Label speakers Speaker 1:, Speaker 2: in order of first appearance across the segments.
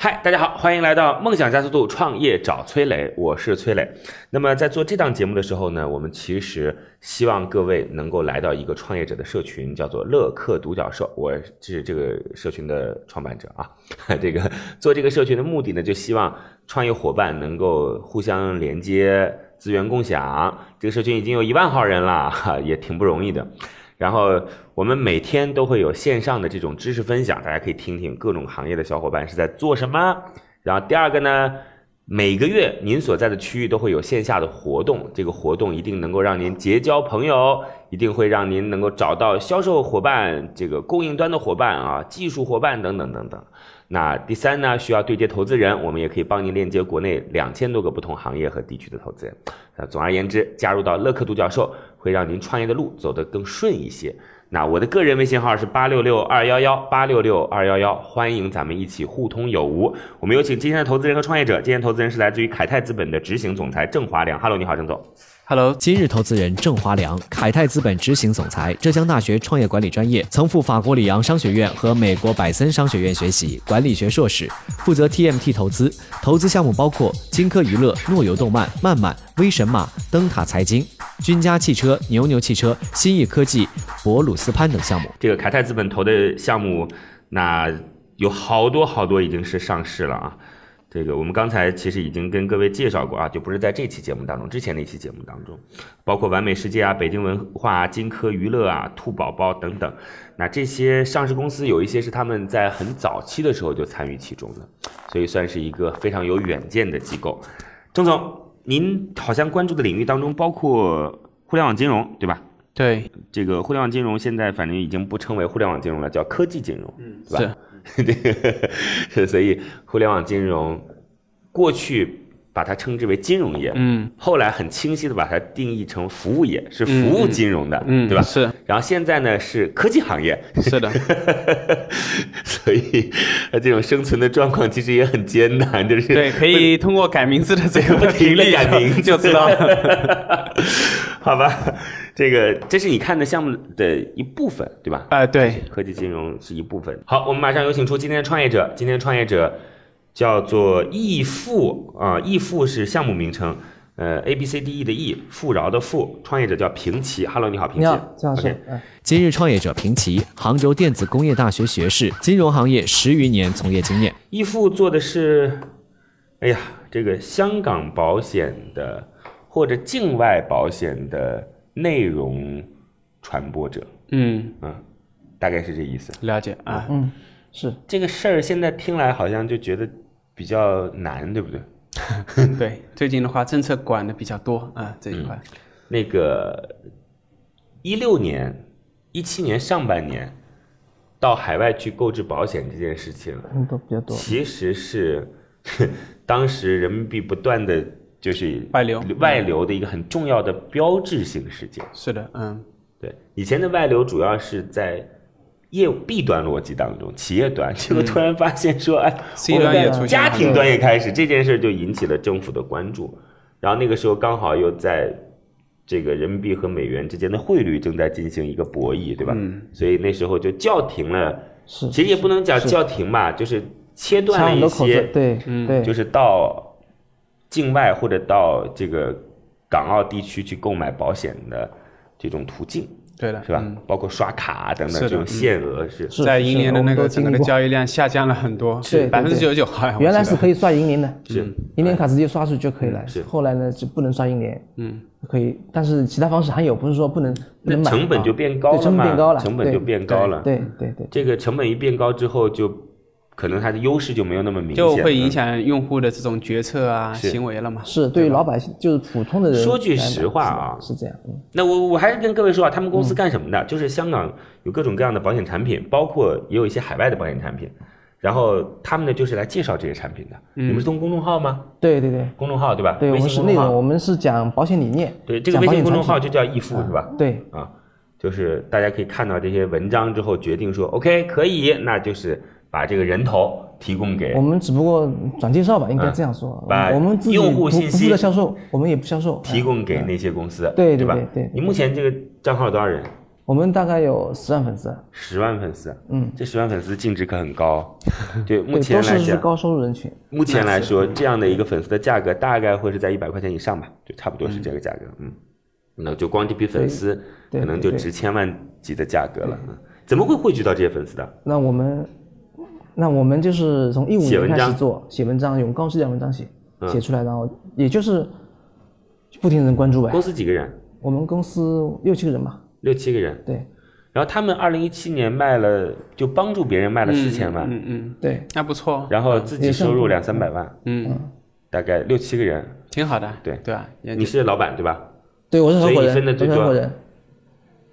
Speaker 1: 嗨，大家好，欢迎来到梦想加速度创业找崔磊，我是崔磊。那么在做这档节目的时候呢，我们其实希望各位能够来到一个创业者的社群，叫做乐客独角兽，我是这个社群的创办者啊。 这个做这个社群的目的呢，就希望创业伙伴能够互相连接、资源共享。这个社群已经有一万号人了，哈也挺不容易的。然后我们每天都会有线上的这种知识分享，大家可以听听各种行业的小伙伴是在做什么。然后第二个呢，每个月您所在的区域都会有线下的活动，这个活动一定能够让您结交朋友，一定会让您能够找到销售伙伴、这个供应端的伙伴啊、技术伙伴等等等等。那第三呢，需要对接投资人，我们也可以帮您链接国内两千多个不同行业和地区的投资人。呃，总而言之，加入到乐客独角兽会让您创业的路走得更顺一些。那我的个人微信号是八六六二幺幺八六六二幺幺，欢迎咱们一起互通有无。我们有请今天的投资人和创业者，今天投资人是来自于凯泰资本的执行总裁郑华良。Hello，你好，郑总。
Speaker 2: Hello，今日投资人郑华良，凯泰资本执行总裁，浙江大学创业管理专业，曾赴法国里昂商学院和美国百森商学院学习管理学硕士，负责 TMT 投资，投资项目包括金科娱乐、诺游动漫、漫漫、威神马、灯塔财经、君家汽车、牛牛汽车、新意科技、博鲁斯潘等项目。
Speaker 1: 这个凯泰资本投的项目，那有好多好多已经是上市了啊。这个我们刚才其实已经跟各位介绍过啊，就不是在这期节目当中，之前的一期节目当中，包括完美世界啊、北京文化啊、金科娱乐啊、兔宝宝等等。那这些上市公司有一些是他们在很早期的时候就参与其中的，所以算是一个非常有远见的机构。郑总，您好像关注的领域当中包括互联网金融，对吧？
Speaker 3: 对，
Speaker 1: 这个互联网金融现在反正已经不称为互联网金融了，叫科技金融，嗯，对吧
Speaker 3: 是？
Speaker 1: 这个是所以互联网金融过去把它称之为金融业，
Speaker 3: 嗯
Speaker 1: 后来很清晰的把它定义成服务业，是
Speaker 3: 嗯
Speaker 1: 服务金融的，
Speaker 3: 嗯，
Speaker 1: 对吧？
Speaker 3: 是
Speaker 1: 然后现在呢是科技行业，
Speaker 3: 是的，
Speaker 1: 所以呃这种生存的状况其实也很艰难，就是
Speaker 3: 对，可以通过改名字的这个
Speaker 1: 不停地
Speaker 3: 频率
Speaker 1: 改名字
Speaker 3: 就知道了。
Speaker 1: 好吧？这个这是你看的项目的一部分，对吧？
Speaker 3: 啊、对，
Speaker 1: 科技金融是一部分。好，我们马上有请出今天的创业者，今天的创业者叫做易富啊，易富是项目名称，呃，A B C D E 的易，富饶的富，创业者叫平齐。Hello，你好，平
Speaker 4: 你
Speaker 1: 齐。
Speaker 4: 好，姜老师
Speaker 1: OK，
Speaker 4: 嗯
Speaker 2: 今日创业者平齐，杭州电子工业大学学士，金融行业十余年从业经验。
Speaker 1: 易富做的是，哎呀，这个香港保险的或者境外保险的内容传播者，
Speaker 3: 嗯，
Speaker 1: 大概是这意思。
Speaker 3: 了解啊。
Speaker 4: 嗯，是
Speaker 1: 这个事儿现在听来好像就觉得比较难，对不对？
Speaker 3: 对，最近的话政策管的比较多啊，这
Speaker 1: 嗯
Speaker 3: 一块。
Speaker 1: 那个一六年、一七年上半年到海外去购置保险这件事情，
Speaker 4: 嗯都比较多，
Speaker 1: 其实是当时人民币不断的就是
Speaker 3: 外流
Speaker 1: 外流的一个很重要的标志性事件。
Speaker 3: 是的，嗯，
Speaker 1: 对，以前的外流主要是在业务 B 端逻辑当中，企业端，结果突然发现说，哎，
Speaker 3: 嗯 C
Speaker 1: 我们
Speaker 3: 端也
Speaker 1: 在
Speaker 3: 出现
Speaker 1: 家
Speaker 3: 了
Speaker 1: 庭端也开始这件事，就引起了政府的关注。然后那个时候刚好又在这个人民币和美元之间的汇率正在进行一个博弈，对吧？
Speaker 3: 嗯
Speaker 1: 所以那时候就叫停了，
Speaker 4: 是
Speaker 1: 其实也不能讲
Speaker 4: 是
Speaker 1: 叫停吧，就是切断
Speaker 4: 差
Speaker 1: 了
Speaker 4: 很
Speaker 1: 一
Speaker 4: 多口
Speaker 1: 些嗯
Speaker 4: 子，，对，对，
Speaker 1: 就是到境外或者到这个港澳地区去购买保险的这种途径。
Speaker 3: 对的，
Speaker 1: 是吧
Speaker 3: 嗯？
Speaker 1: 包括刷卡啊等等
Speaker 3: 是的嗯
Speaker 1: 这种限额是
Speaker 4: 是
Speaker 3: 在银联的那个整个的
Speaker 4: 是
Speaker 3: 交易量下降了很多，
Speaker 4: 是
Speaker 3: 百分之九十九，好像
Speaker 4: 原来是可
Speaker 3: 以，
Speaker 4: 以刷银联的，
Speaker 1: 是哎
Speaker 4: 银联卡直接刷出去就可以了
Speaker 1: 是，
Speaker 4: 后来呢就不能刷银联，
Speaker 3: 嗯，
Speaker 4: 可以，但是其他方式还有，不是说不能不能
Speaker 1: 那
Speaker 4: 买，啊
Speaker 1: 成本就变高
Speaker 4: 对
Speaker 1: 了
Speaker 4: 成
Speaker 1: 嘛，
Speaker 4: 本变高了
Speaker 1: 成本就
Speaker 4: 对
Speaker 1: 变高了。
Speaker 4: 对对对，
Speaker 1: 这个成本一变高之后，就可能它的优势就没有那么明显了，
Speaker 3: 就会影响用户的这种决策啊、
Speaker 1: 嗯是
Speaker 3: 行为了嘛。
Speaker 4: 是对于老百姓就是普通的人来买，
Speaker 1: 说句实话啊
Speaker 4: 是是这样，嗯
Speaker 1: 那我我还是跟各位说啊，他们公司干什么的？就是香港有各种各样的保险产品，包括也有一些海外的保险产品。然后他们呢，就是来介绍这些产品的。
Speaker 3: 嗯
Speaker 1: 你们是通公众号吗？
Speaker 4: 对对对，
Speaker 1: 公众号对吧？
Speaker 4: 对我
Speaker 1: 微
Speaker 4: 们
Speaker 1: 信
Speaker 4: 是
Speaker 1: 公
Speaker 4: 内
Speaker 1: 众
Speaker 4: 容，
Speaker 1: 号。
Speaker 4: 我们是讲保险理念，
Speaker 1: 对，这个
Speaker 4: 讲
Speaker 1: 微
Speaker 4: 保
Speaker 1: 信
Speaker 4: 险
Speaker 1: 公众号就
Speaker 4: 产
Speaker 1: 叫易付是吧
Speaker 4: 品，？对
Speaker 1: 啊，就是大家可以看到这些文章之后，决定说 OK 可以，那就是把这个人头提供给
Speaker 4: 我们只不过转介绍吧，应该这样说
Speaker 1: 嗯把。
Speaker 4: 我们自己
Speaker 1: 用户
Speaker 4: 不
Speaker 1: 信
Speaker 4: 不
Speaker 1: 息
Speaker 4: 负责销售，我们也不销售。
Speaker 1: 提供给
Speaker 4: 嗯
Speaker 1: 那些公司，
Speaker 4: 对对
Speaker 1: 吧
Speaker 4: 对对对？
Speaker 1: 你目前这个账号有多少人？
Speaker 4: 我们大概有十万粉丝，
Speaker 1: 十万粉丝，
Speaker 4: 嗯，
Speaker 1: 这十万粉丝净值可很 高。对，目
Speaker 4: 对，
Speaker 1: 前
Speaker 4: 都
Speaker 1: 来
Speaker 4: 是是
Speaker 1: 讲，
Speaker 4: 高嗯收入人群。
Speaker 1: 目前来说，这样的一个粉丝的价格大概会是在一百块钱以上吧，就差不多是这个价格，嗯。那就光这批粉丝，
Speaker 4: 对
Speaker 1: 可能就
Speaker 4: 对
Speaker 1: 值千万级的价格了。嗯怎么会汇聚到这些粉丝的？
Speaker 4: 那我们，那我们就是从一五
Speaker 1: 写文
Speaker 4: 年开
Speaker 1: 章
Speaker 4: 始做写文章，用高质量文章写
Speaker 1: 嗯
Speaker 4: 写出来，然后也就是不停地关注呗
Speaker 1: 公。司几个人？
Speaker 4: 我们公司六七个人吧，
Speaker 1: 六七个人。
Speaker 4: 对
Speaker 1: 然后他们二零一七年卖了，就帮助别人卖了四千万，
Speaker 3: 嗯嗯，
Speaker 4: 对，
Speaker 3: 那不错哦，
Speaker 1: 然后自己收入两三百万，
Speaker 3: 嗯，
Speaker 1: 大概六七个人。
Speaker 3: 挺好的，
Speaker 1: 对
Speaker 3: 对吧？也
Speaker 1: 你是老板对吧？
Speaker 4: 对我是合伙
Speaker 1: 所以你分
Speaker 4: 人，
Speaker 1: 得最
Speaker 4: 我是
Speaker 1: 多啊
Speaker 4: 合伙人。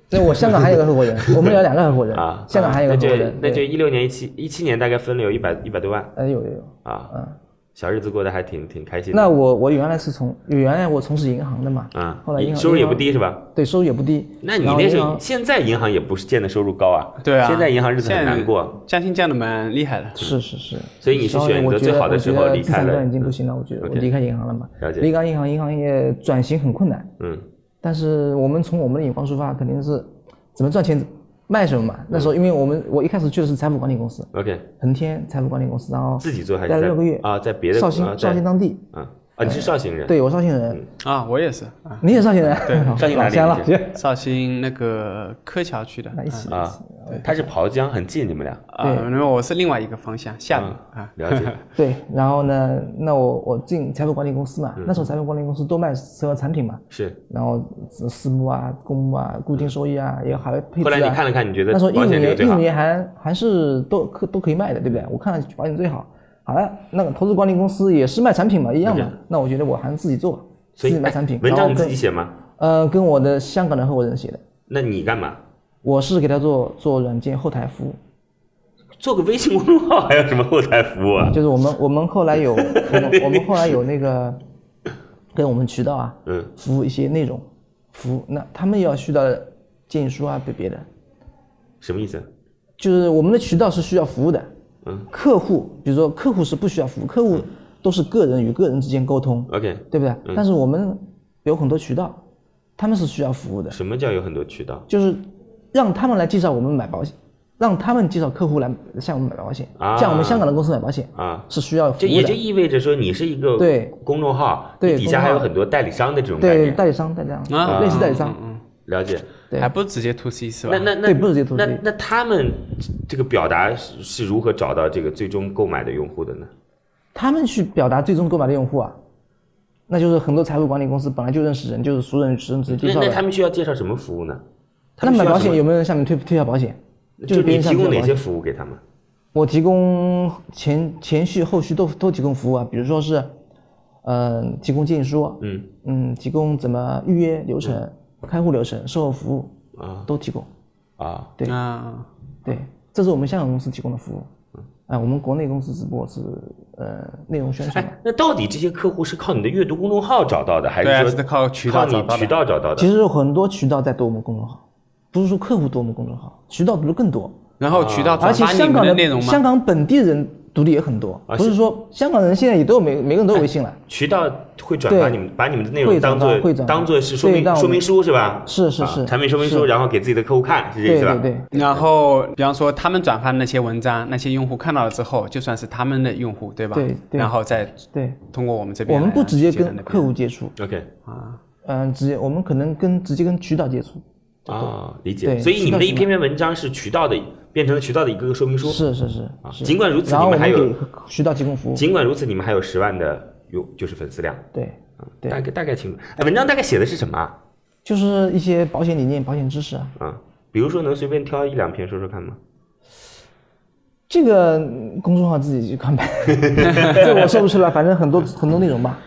Speaker 4: 对我香港还有一个合伙人，我们有两个合伙人
Speaker 1: 啊，
Speaker 4: 香港还有
Speaker 1: 那
Speaker 4: 一个
Speaker 1: 就
Speaker 4: 合伙人，
Speaker 1: 那就
Speaker 4: 对
Speaker 1: 一六年一七一七年大概分了有一百一百多万
Speaker 4: 呃有有有。
Speaker 1: 啊，
Speaker 4: 嗯
Speaker 1: 小日子过得还挺挺开心的。
Speaker 4: 那我我原来是从原来我从事银行的嘛，
Speaker 1: 啊，
Speaker 4: 后来银行
Speaker 1: 收入也不，低是吧？
Speaker 4: 对收入也不低。
Speaker 1: 那你
Speaker 4: 然后
Speaker 1: 那
Speaker 4: 银
Speaker 1: 时候
Speaker 4: 行
Speaker 1: 现在银行也不是见的收入高啊，
Speaker 3: 对啊
Speaker 1: 现在银行日子很难过，嗯
Speaker 3: 嘉兴降的蛮厉害的，
Speaker 4: 是是是，
Speaker 1: 所以你是
Speaker 4: 然后
Speaker 1: 选
Speaker 4: 我
Speaker 1: 择
Speaker 4: 觉
Speaker 1: 最
Speaker 4: 得
Speaker 1: 好的
Speaker 4: 我
Speaker 1: 时
Speaker 4: 觉
Speaker 1: 候
Speaker 4: 得
Speaker 1: 离
Speaker 4: 第
Speaker 1: 开
Speaker 4: 三
Speaker 1: 了嗯
Speaker 4: 段已经不行了，我觉得
Speaker 1: OK
Speaker 4: 我离开银行了嘛
Speaker 1: 了解，
Speaker 4: 离开银行，银行业转型很困难，
Speaker 1: 嗯，
Speaker 4: 但是我们从我们的眼光出发，肯定是怎么赚钱卖什么嘛。那时候
Speaker 1: 嗯
Speaker 4: 因为我们我一开始去的是财富管理公司，
Speaker 1: OK，
Speaker 4: 恒天财富管理公司，然后
Speaker 1: 自己做还是
Speaker 4: 待了
Speaker 1: 在
Speaker 4: 六个月
Speaker 1: 啊在别的
Speaker 4: 绍
Speaker 1: 啊
Speaker 4: 兴
Speaker 1: 在
Speaker 4: 绍兴当地，
Speaker 1: 啊啊，你是绍兴人，
Speaker 4: 对我绍兴人，
Speaker 3: 啊，我也是啊，
Speaker 4: 你也绍兴人， 对
Speaker 1: 绍兴哪
Speaker 4: 老
Speaker 1: 里
Speaker 4: 乡了，
Speaker 1: 你是
Speaker 3: 绍兴那个柯桥区的，
Speaker 4: 那一起
Speaker 1: 啊，他是咆江，很近你们俩，
Speaker 3: 啊，那么我是另外一个方向，下
Speaker 1: 嗯
Speaker 3: 部啊，
Speaker 1: 了 解，
Speaker 4: 对，然后呢，那我我进财富管理公司嘛，
Speaker 1: 嗯
Speaker 4: 那时候财富管理公司都卖适合产品嘛，
Speaker 1: 是。
Speaker 4: 然后私募啊、公募啊、固定收益啊，也有海外配置
Speaker 1: 后
Speaker 4: 啊。
Speaker 1: 来你看了看，你觉得
Speaker 4: 那时候一五
Speaker 1: 保险这个
Speaker 4: 年
Speaker 1: 最
Speaker 4: 一五
Speaker 1: 好？
Speaker 4: 年还还是都可都可以卖的，对不对？我看了保险最好。好了，那个投资管理公司也是卖产品嘛，一样嘛。那我觉得我还是自己做吧，
Speaker 1: 所
Speaker 4: 自
Speaker 1: 以
Speaker 4: 己卖
Speaker 1: 哎
Speaker 4: 产品。
Speaker 1: 文
Speaker 4: 然
Speaker 1: 章
Speaker 4: 后
Speaker 1: 你自
Speaker 4: 跟
Speaker 1: 己写吗？
Speaker 4: 呃跟我的香港的合伙人写的，
Speaker 1: 那你干嘛？
Speaker 4: 我是给他做做软件后台服务，
Speaker 1: 做个微信公众号还有什么后台服务啊？
Speaker 4: 就是 我们我们后来有我们我们后来有那个跟我们渠道啊，
Speaker 1: 嗯，
Speaker 4: 服务一些内容，服务那他们也要需要建议书啊，别别的，
Speaker 1: 什么意思？
Speaker 4: 就是我们的渠道是需要服务的，
Speaker 1: 嗯，
Speaker 4: 客户比如说客户是不需要服务，客户都是个人与个人之间沟通，
Speaker 1: OK，
Speaker 4: 对不对？
Speaker 1: 嗯
Speaker 4: 但是我们有很多渠道，他们是需要服务的，
Speaker 1: 什么叫有很多渠道
Speaker 4: 就是让他们来介绍我们买保险，让他们介绍客户来向我们买保险，向我们香港的公司买保险
Speaker 1: 啊？
Speaker 4: 是需要服
Speaker 1: 这
Speaker 4: 务
Speaker 1: 也就
Speaker 4: 的，
Speaker 1: 意味着说你是一个
Speaker 4: 对
Speaker 1: 公众号，
Speaker 4: 对
Speaker 1: 你底下
Speaker 4: 公众号
Speaker 1: 还有很多代理商的这种概
Speaker 4: 对
Speaker 1: 念，
Speaker 4: 代理商代理
Speaker 3: 啊
Speaker 4: 商，类似代理
Speaker 1: 嗯
Speaker 4: 商，
Speaker 1: 了解。
Speaker 4: 对
Speaker 3: 还不直接 to C 是吧？
Speaker 1: 那那那
Speaker 4: 对不是直接投资
Speaker 1: 那那他们这个表达是是如何找到这个最终购买的用户的呢？
Speaker 4: 他们去表达最终购买的用户啊。那就是很多财富管理公司本来就认识人，就是熟人熟人直
Speaker 1: 那
Speaker 4: 接介绍
Speaker 1: 那
Speaker 4: 的。
Speaker 1: 他们需要介绍什么服务呢？他
Speaker 4: 那
Speaker 1: 们
Speaker 4: 买
Speaker 1: 需要
Speaker 4: 保
Speaker 1: 什
Speaker 4: 险
Speaker 1: 么
Speaker 4: 有没有人向你推推销保险？
Speaker 1: 就是
Speaker 4: 别
Speaker 1: 你
Speaker 4: 人向
Speaker 1: 提
Speaker 4: 你
Speaker 1: 供哪
Speaker 4: 推销保
Speaker 1: 些
Speaker 4: 险？
Speaker 1: 服务给他们？
Speaker 4: 我提供前前续、后续都都提供服务啊，比如说是，嗯、提供建议书，
Speaker 1: 嗯
Speaker 4: 嗯，提供怎么预约流程、开户流程、售后服务
Speaker 1: 啊
Speaker 4: 都提供。
Speaker 1: 啊，
Speaker 4: 对
Speaker 3: 啊，
Speaker 4: 对，这是我们香港公司提供的服务。
Speaker 1: 嗯
Speaker 4: 啊，我们国内公司只不过是呃内容宣 传嘛。
Speaker 1: 哎，那到底这些客户是靠你的阅读公众号找到的，还
Speaker 3: 对啊
Speaker 1: 是说
Speaker 3: 是靠渠道找到的
Speaker 1: 你渠道找到的？
Speaker 4: 其实有很多渠道在读我们公众号，不是说客户读我们公众号，渠道读的更多。
Speaker 3: 然后渠
Speaker 1: 啊
Speaker 3: 道
Speaker 4: 啊
Speaker 3: 转
Speaker 4: 而且
Speaker 3: 发你
Speaker 4: 香
Speaker 3: 们
Speaker 4: 港
Speaker 3: 的内容
Speaker 4: 香
Speaker 3: 吗？
Speaker 4: 港本地人读的也很多，
Speaker 1: 啊
Speaker 4: 不是说香港人现在也都有每每个人都有微信了。
Speaker 1: 渠道会转发
Speaker 4: 对
Speaker 1: 你们，把你们的内容
Speaker 4: 会转
Speaker 1: 当
Speaker 4: 发
Speaker 1: 做
Speaker 4: 会转发
Speaker 1: 当做是说
Speaker 4: 对
Speaker 1: 明
Speaker 4: 但我们
Speaker 1: 说明书是吧？
Speaker 4: 是是
Speaker 1: 啊
Speaker 4: 是
Speaker 1: 产品说明书，
Speaker 4: 是
Speaker 1: 然后给自己的客户看，是这意
Speaker 4: 对
Speaker 1: 思吧？
Speaker 4: 对对，
Speaker 3: 然后，比方说他们转发的那些文章，那些用户看到了之后，就算是他们的用户，对吧？
Speaker 4: 对对
Speaker 3: 然后再
Speaker 4: 对，
Speaker 3: 通过我们这
Speaker 1: 哎
Speaker 3: 边
Speaker 4: 我
Speaker 3: 来，
Speaker 4: 们不直接跟
Speaker 3: 那边
Speaker 4: 客户接触，
Speaker 1: OK
Speaker 4: 嗯、直接我们可能跟直接跟渠道接触，
Speaker 1: 啊，理解。
Speaker 4: 对
Speaker 1: 所以你们的一
Speaker 4: 渠道
Speaker 1: 篇篇文章是渠道的，变成了渠道的一个个说明书。
Speaker 4: 是是是
Speaker 1: 啊
Speaker 4: 是。
Speaker 1: 尽管如此
Speaker 4: 然后
Speaker 1: 你
Speaker 4: 我
Speaker 1: 们还
Speaker 4: 们
Speaker 1: 有
Speaker 4: 给渠道提供服务，
Speaker 1: 尽管如此，你们还有十万的用就是粉丝量，
Speaker 4: 对，对
Speaker 1: 大概大概清楚。哎，文章大概写的是什么啊？
Speaker 4: 就是一些保险理念、保险知识啊。
Speaker 1: 啊，比如说能随便挑一两篇说说看吗？
Speaker 4: 这个嗯公众号自己去看 吧，这我说不出来，反正很多很多内容吧，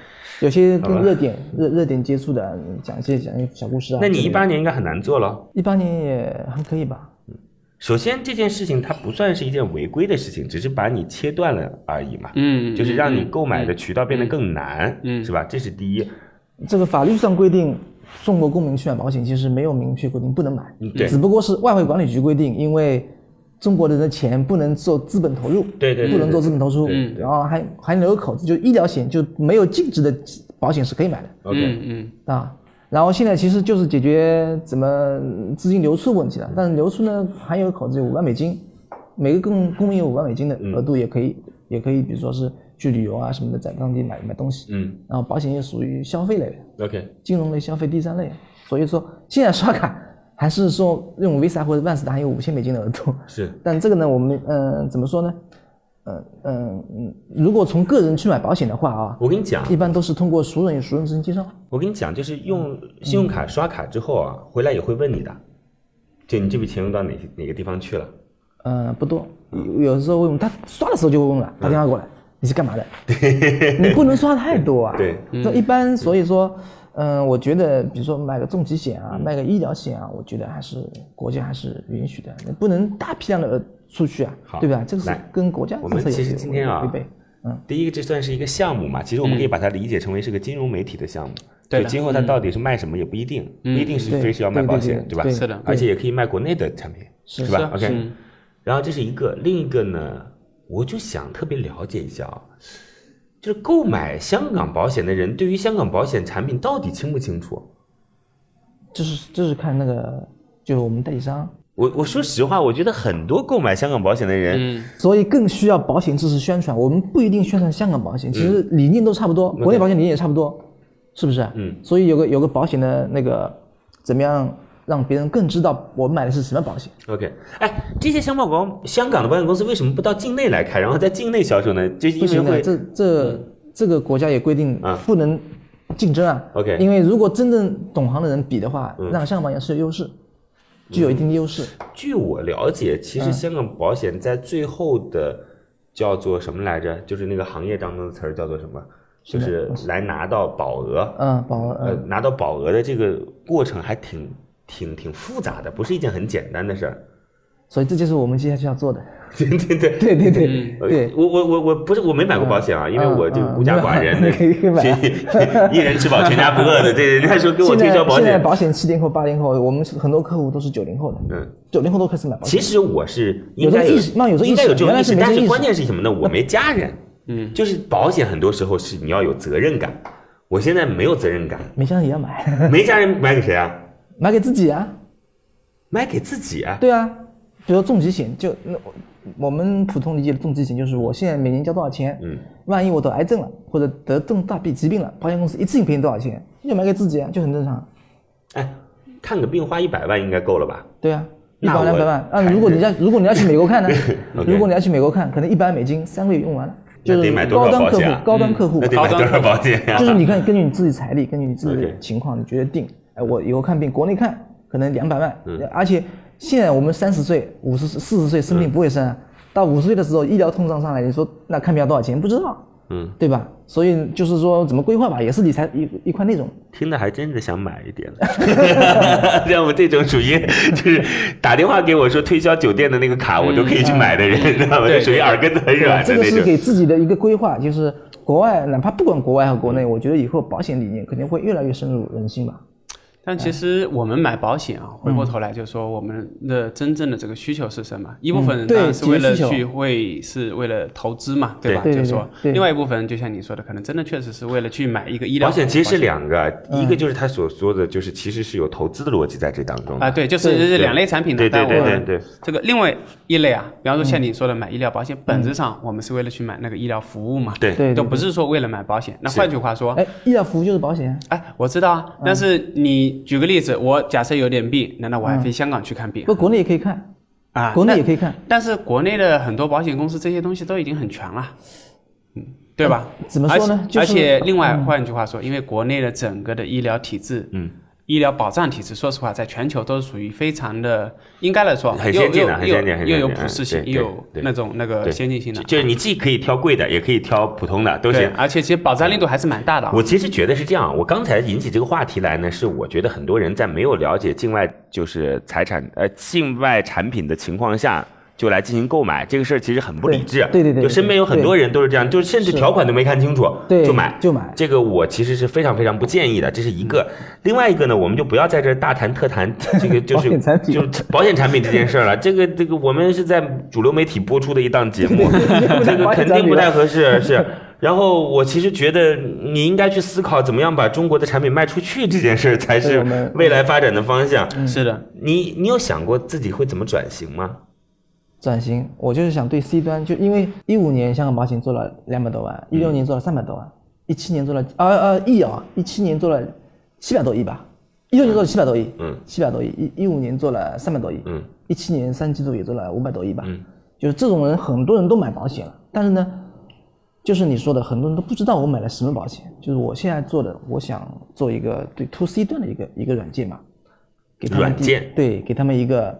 Speaker 4: 有些跟热点热热点接触的，嗯讲一些讲一些小故事啊。
Speaker 1: 那你
Speaker 4: 之
Speaker 1: 一
Speaker 4: 类的
Speaker 1: 八年应该很难做了。
Speaker 4: 一八年也还可以吧？
Speaker 1: 首先，这件事情它不算是一件违规的事情，只是把你切断了而已嘛。
Speaker 3: 嗯
Speaker 1: 就是让你
Speaker 3: 嗯
Speaker 1: 购买的渠道变得更难，
Speaker 3: 嗯
Speaker 1: 是吧？这是第一。
Speaker 4: 这个法律上规定，中国公民去买保险其实没有明确规定不能买
Speaker 1: 嗯，对
Speaker 4: 只不过是外汇管理局规定，因为中国人的钱不能做资本投入，
Speaker 1: 对对对
Speaker 4: 不能做资本投出
Speaker 1: 嗯，
Speaker 4: 然后还还留有口子，就医疗险就没有净值的保险是可以买的
Speaker 1: OK，、
Speaker 3: 嗯嗯
Speaker 4: 啊。然后现在其实就是解决怎么资金流出问题了，但是流出呢还有口子有五万美金，每个公公民有五万美金的
Speaker 1: 嗯
Speaker 4: 额度也可以，也可以比如说是去旅游啊什么的，在当地买买东西，
Speaker 1: 嗯
Speaker 4: 然后保险业属于消费类的。
Speaker 1: ，OK，
Speaker 4: 金融类消费第三类，所以说现在刷卡还是说用 Visa 或者 Vans 的还有五千美金的额度，
Speaker 1: 是
Speaker 4: 但这个呢，我们嗯、呃怎么说呢？嗯嗯嗯，如果从个人去买保险的话啊，
Speaker 1: 我跟你讲，
Speaker 4: 一般都是通过熟人与熟人之间介绍。
Speaker 1: 我跟你讲，就是用信用卡刷卡之后啊，回来也会问你的，就你这笔钱用到哪哪个地方去了？
Speaker 4: 嗯，不多，有有时候会问他刷的时候就会问了，
Speaker 1: 嗯
Speaker 4: 打电话过来，你是 干嘛的？你不能刷太多啊。
Speaker 1: 对，
Speaker 4: 这一般所以说，嗯，我觉得比如说买个重疾险
Speaker 1: 嗯
Speaker 4: 啊，买个医疗险啊，我觉得还是国家还是允许的，你不能大批量的出去啊
Speaker 1: 好，
Speaker 4: 对吧？这个是
Speaker 1: 来
Speaker 4: 跟国家
Speaker 1: 我
Speaker 4: 政
Speaker 1: 们
Speaker 4: 策
Speaker 1: 其
Speaker 4: 也
Speaker 1: 实
Speaker 4: 是
Speaker 1: 今天啊
Speaker 4: 违背。嗯，
Speaker 1: 第一个，这算是一个项目嘛？其实我们可以把它理解成为是个金融媒体的项目。
Speaker 3: 嗯对的嗯
Speaker 1: 就今后它到底是卖什么也不一定，不一定是非是要卖保险，
Speaker 4: 对对对对
Speaker 1: 吧？
Speaker 4: 对
Speaker 3: 是的
Speaker 1: 而且也可以卖国内的产品，
Speaker 4: 是
Speaker 1: 吧
Speaker 3: 是啊
Speaker 1: o k
Speaker 3: 嗯
Speaker 1: 然后这是一个，另一个呢，我就想特别了解一下啊，就是购买香港保险的人对于香港保险产品到底清不清楚？
Speaker 4: 就是就是看那个，就是我们代理商，
Speaker 1: 我我说实话，我觉得很多购买香港保险的人，
Speaker 4: 所以更需要保险知识宣传。我们不一定宣传香港保险，其实理念都差不多，国内保险理念也差不多，是不是？
Speaker 1: 嗯。
Speaker 4: 所以有个有个保险的那个，怎么样让别人更知道我买的是什么保险？
Speaker 1: OK，哎，这些香港保香港的保险公司为什么不到境内来开，然后在境内销售呢？就是
Speaker 4: 不
Speaker 1: 因
Speaker 4: 行
Speaker 1: 为
Speaker 4: 的，
Speaker 1: 会嗯
Speaker 4: 这这这个国家也规定
Speaker 1: 啊
Speaker 4: 不能竞争啊。
Speaker 1: OK 嗯
Speaker 4: 因为如果真正懂行的人比的话，让香港保险是有优势，具有一定的优势。
Speaker 1: 据我了解，其
Speaker 4: 嗯
Speaker 1: 实香港保险在最后的叫做什么来着？就是那个行业当中的词儿叫做什么？就是来拿到保额，
Speaker 4: 嗯，保额
Speaker 1: 呃
Speaker 4: 嗯，
Speaker 1: 拿到保额的这个过程还挺挺挺复杂的，不是一件很简单的事儿。
Speaker 4: 所以这就是我们接下去要做的。
Speaker 1: 对对对。
Speaker 4: 对对对
Speaker 1: 呃
Speaker 4: 对，
Speaker 1: 我我我我不是我没买过保险啊，因为我这个
Speaker 4: 嗯
Speaker 1: 孤家寡人的，
Speaker 4: 嗯可以可以买
Speaker 1: 所以 一人吃饱全家不饿的，这人家说给我
Speaker 4: 现
Speaker 1: 推
Speaker 4: 在
Speaker 1: 销保
Speaker 4: 现在
Speaker 1: 险，
Speaker 4: 保险七零后、八零后，我们很多客户都是九零后的，
Speaker 1: 嗯，
Speaker 4: 九零后都开始买保险。
Speaker 1: 其实我是应该
Speaker 4: 有这个意识那有这个意识
Speaker 1: 应该有这
Speaker 4: 原
Speaker 1: 种意
Speaker 4: 来是
Speaker 1: 识，
Speaker 4: 没这
Speaker 1: 但
Speaker 4: 个
Speaker 1: 是
Speaker 4: 意识
Speaker 1: 关键是什么呢？我没家人，嗯，就是保险很多时候是你要有责任感，我现在没有责任感，
Speaker 4: 没想到也要买，
Speaker 1: 没家人买给谁啊？
Speaker 4: 买给自己啊，
Speaker 1: 买给自己啊？
Speaker 4: 对啊，比如说重疾险，就那我我们普通理解的重疾险就是我现在每年交多少钱，
Speaker 1: 嗯，
Speaker 4: 万一我得癌症了或者得重大病疾病了，保险公司一次性赔你多少钱，就买给自己啊，就很正常，
Speaker 1: 哎，看个病花一百万应该够了吧？
Speaker 4: 对啊。一
Speaker 1: 那
Speaker 4: 百
Speaker 1: 我
Speaker 4: 两百万啊！如 果你要如果你要去美国看呢
Speaker 1: OK？
Speaker 4: 如果你要去美国看，可能一百美金三个月用完了，
Speaker 1: 那
Speaker 4: 就
Speaker 1: 得
Speaker 4: 是
Speaker 1: 买多
Speaker 4: 高
Speaker 1: 少
Speaker 4: 端
Speaker 1: 保
Speaker 4: 客户
Speaker 1: 险啊，
Speaker 4: 高端客户
Speaker 1: 那得买多少保险啊？
Speaker 4: 就是你看，根据你自己财力，根据你自己
Speaker 1: OK
Speaker 4: 的情况，你决定。哎，我以后看病，国内看可能两百万，
Speaker 1: 嗯
Speaker 4: 而且现在我们三十岁、五十四十岁生
Speaker 1: 嗯
Speaker 4: 病不会生啊，到五十岁的时候医疗通胀上来，你说那看病要多少钱？不知道，
Speaker 1: 嗯，
Speaker 4: 对吧？所以就是说怎么规划吧，也是理财一一块内容。
Speaker 1: 听着还真的想买一点了， 像我这种属于就是打电话给我说推销酒店的那个卡，我都可以
Speaker 4: 嗯
Speaker 1: 去买的人，知道吗？就
Speaker 3: 对
Speaker 1: 属于耳根子很软的
Speaker 4: 这个
Speaker 1: 那
Speaker 4: 是
Speaker 1: 种。
Speaker 4: 给自己的一个规划，就是国外哪怕不管国外和国内，
Speaker 1: 嗯
Speaker 4: 我觉得以后保险理念肯定会越来越深入人心吧。
Speaker 3: 但
Speaker 4: 哎
Speaker 3: 其实我们买保险啊，
Speaker 4: 嗯
Speaker 3: 回过头来就说我们的真正的这个需求是什么？一部分人
Speaker 4: 嗯对
Speaker 3: 当然是为了
Speaker 4: 解决需求
Speaker 3: 去会是为了投资嘛，对吧？
Speaker 4: 对对
Speaker 3: 就说
Speaker 4: 对对
Speaker 3: 另外一部分人就像你说的，可能真的确实是为了去买一个医疗
Speaker 1: 保险其实是
Speaker 3: 保险
Speaker 1: 两个，一个就是他所说的，就是其实是有投资的逻辑在这当中
Speaker 3: 啊，对，就是这两类产品的。
Speaker 1: 对对
Speaker 3: 但
Speaker 1: 对
Speaker 3: 我
Speaker 1: 对对，
Speaker 3: 这个另外一类啊，比方说
Speaker 4: 嗯
Speaker 3: 像你说的买医疗保险，本质上我们是为了去买那个医疗服务嘛，
Speaker 1: 对
Speaker 4: 对
Speaker 3: 都
Speaker 4: 对
Speaker 3: 不是说为了买保险。那换句话说，
Speaker 4: 哎，医疗服务就是保险啊，
Speaker 3: 哎，我知道啊，但是你举个例子，我假设有点病，难道我还飞香港去看病
Speaker 4: 嗯不，国内也可以看，
Speaker 3: 啊？
Speaker 4: 国内也可
Speaker 3: 以，
Speaker 4: 以看。
Speaker 3: 但是国内的很多保险公司这些东西都已经很全了，嗯，对吧？
Speaker 1: 哎
Speaker 4: 怎么说呢
Speaker 3: 而且
Speaker 4: 就是
Speaker 3: 而且另外换句话说，因为国内的整个的医疗体制，
Speaker 1: 嗯，
Speaker 3: 医疗保障体制，说实话，在全球都是属于非常的，应该来说
Speaker 1: 很
Speaker 3: 又
Speaker 1: 先进
Speaker 3: 又
Speaker 1: 的很
Speaker 3: 又
Speaker 1: 先进很
Speaker 3: 又有
Speaker 1: 先进
Speaker 3: 普适
Speaker 1: 哎
Speaker 3: 性，
Speaker 1: 对
Speaker 3: 又有
Speaker 1: 对对
Speaker 3: 那种那个
Speaker 1: 对
Speaker 3: 先进性的，
Speaker 1: 就是你既可以挑贵的，也可以挑普通的，都
Speaker 3: 嗯对，
Speaker 1: 行。
Speaker 3: 而且其实保障力度还是蛮大的啊。
Speaker 1: 我其实觉得是这样，我刚才引起这个话题来呢，是我觉得很多人在没有了解境外就是财产呃境外产品的情况下。就来进行购买这个事儿，其实很不理智。
Speaker 4: 对对对对
Speaker 1: 就身边有很多人都是这样，就是甚至条款都没看清楚，
Speaker 4: 对
Speaker 1: 就买
Speaker 4: 就买
Speaker 1: 这个我其实是非常非常不建议的，这是一个。另外一个呢，我们就不要在这儿大谈特 谈这个就是
Speaker 4: 嗯保险产品
Speaker 1: 就是 保险产品这件事儿了。这个这个我们是在主流媒体播出的一档节 目，这个肯定不太合适，是。然后我其实觉得你应该去思考怎么样把中国的产品卖出去这件事儿才
Speaker 4: 对
Speaker 1: 是
Speaker 4: 我们嗯
Speaker 1: 未来发展的方向。
Speaker 3: 是的，
Speaker 1: 你你有想过自己会怎么转型吗？
Speaker 4: 转型，我就是想对 C 端，就因为一五年香港保险做了两百多万，一六年做了三百多万，一七年做了呃呃亿啊，一七年做了七百多亿吧，一六年做了七百多亿，
Speaker 1: 嗯
Speaker 4: 七百多亿，一一五年做了三百多亿，
Speaker 1: 嗯，
Speaker 4: 一七年三季度也做了五百多亿吧，嗯，就是这种人很多人都买保险了，但是呢，就是你说的，很多人都不知道我买了什么保险，就是我现在做的，我想做一个对 to C 端的一个一个软件嘛，给他们
Speaker 1: 软
Speaker 4: 第
Speaker 1: 件
Speaker 4: 对，给他们一个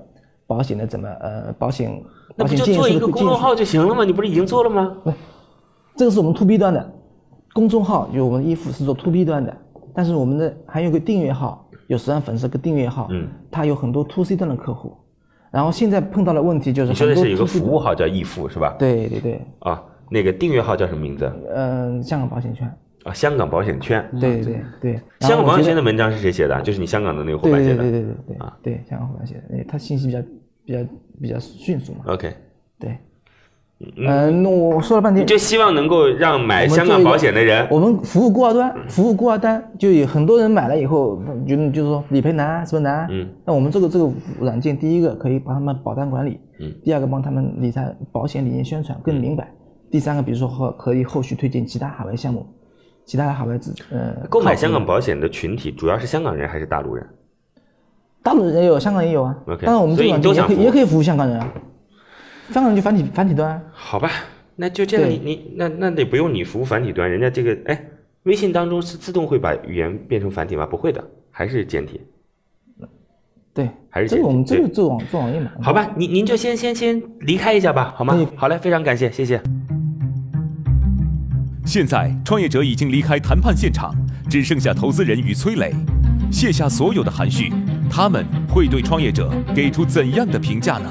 Speaker 4: 保险的怎么呃保险
Speaker 1: 那
Speaker 4: 保
Speaker 1: 不
Speaker 4: 险
Speaker 1: 就
Speaker 4: 建议
Speaker 1: 做一
Speaker 4: 书的
Speaker 1: 个
Speaker 4: 建
Speaker 1: 公
Speaker 4: 议
Speaker 1: 众
Speaker 4: 书
Speaker 1: 号就行了吗？你不是已经做了吗？
Speaker 4: 这个是我们 to B 端的，公众号就我们衣服是做 to B 端的，但是我们的还有个订阅号，有十万粉丝个订阅号，
Speaker 1: 嗯，
Speaker 4: 它有很多 to C 端的客户，然后现在碰到的问题就是
Speaker 1: 你说的
Speaker 4: 很多
Speaker 1: 是有个
Speaker 4: to C
Speaker 1: 服务号叫易付是吧？
Speaker 4: 对对对，
Speaker 1: 啊，那个订阅号叫什么名字？
Speaker 4: 嗯、香港保险圈，
Speaker 1: 啊，香港保险圈。啊
Speaker 4: 对对对，然
Speaker 1: 香
Speaker 4: 后
Speaker 1: 港
Speaker 4: 我
Speaker 1: 保
Speaker 4: 觉
Speaker 1: 险
Speaker 4: 得
Speaker 1: 圈的文章是谁写的啊？就是你香港的那个伙
Speaker 4: 对
Speaker 1: 伴写
Speaker 4: 对对
Speaker 1: 的。
Speaker 4: 对对对对
Speaker 1: 啊
Speaker 4: 对，香港伙伴写的，因为它信息比较比较比较迅速嘛，
Speaker 1: OK，
Speaker 4: 对，嗯、那我说了半
Speaker 1: 你
Speaker 4: 天，
Speaker 1: 就希望能够让买
Speaker 4: 我们
Speaker 1: 香
Speaker 4: 做
Speaker 1: 港
Speaker 4: 一个
Speaker 1: 保险的人
Speaker 4: 我们服务过二端，服务过二端，就有很多人买了以后，觉得就是说理赔难啊，什么难啊。
Speaker 1: 嗯。
Speaker 4: 那我们这个这个软件，第一个可以帮他们保单管理，嗯。第二个帮他们理财保险理念宣传更明白，
Speaker 1: 嗯
Speaker 4: 第三个比如说和可以后续推荐其他海外项目，其他的海外资呃
Speaker 1: 购买
Speaker 4: 靠
Speaker 1: 香港保险的群体主要是香港人还是大陆人？
Speaker 4: 大陆人也有，香港也有啊。
Speaker 1: OK，
Speaker 4: 当然我们这个软件也
Speaker 1: 所以
Speaker 4: 可
Speaker 1: 你都想服
Speaker 4: 以
Speaker 1: 务
Speaker 4: 也可以服务香港人啊，香港人就繁体繁体端啊。
Speaker 1: 好吧，那就这样，
Speaker 4: 对
Speaker 1: 你你那那得不用你服务繁体端，人家这个哎，微信当中是自动会把语言变成繁体吗？不会的，还是简体。
Speaker 4: 对，
Speaker 1: 还是
Speaker 4: 这个我们
Speaker 1: 简
Speaker 4: 这
Speaker 1: 体
Speaker 4: 个做网做网页嘛。
Speaker 1: 好吧，您您就先先先离开一下吧，好吗？好嘞，非常感谢，谢谢。
Speaker 5: 现在，创业者已经离开谈判现场，只剩下投资人与崔磊，卸下所有的含蓄，他们会对创业者给出怎样的评价呢？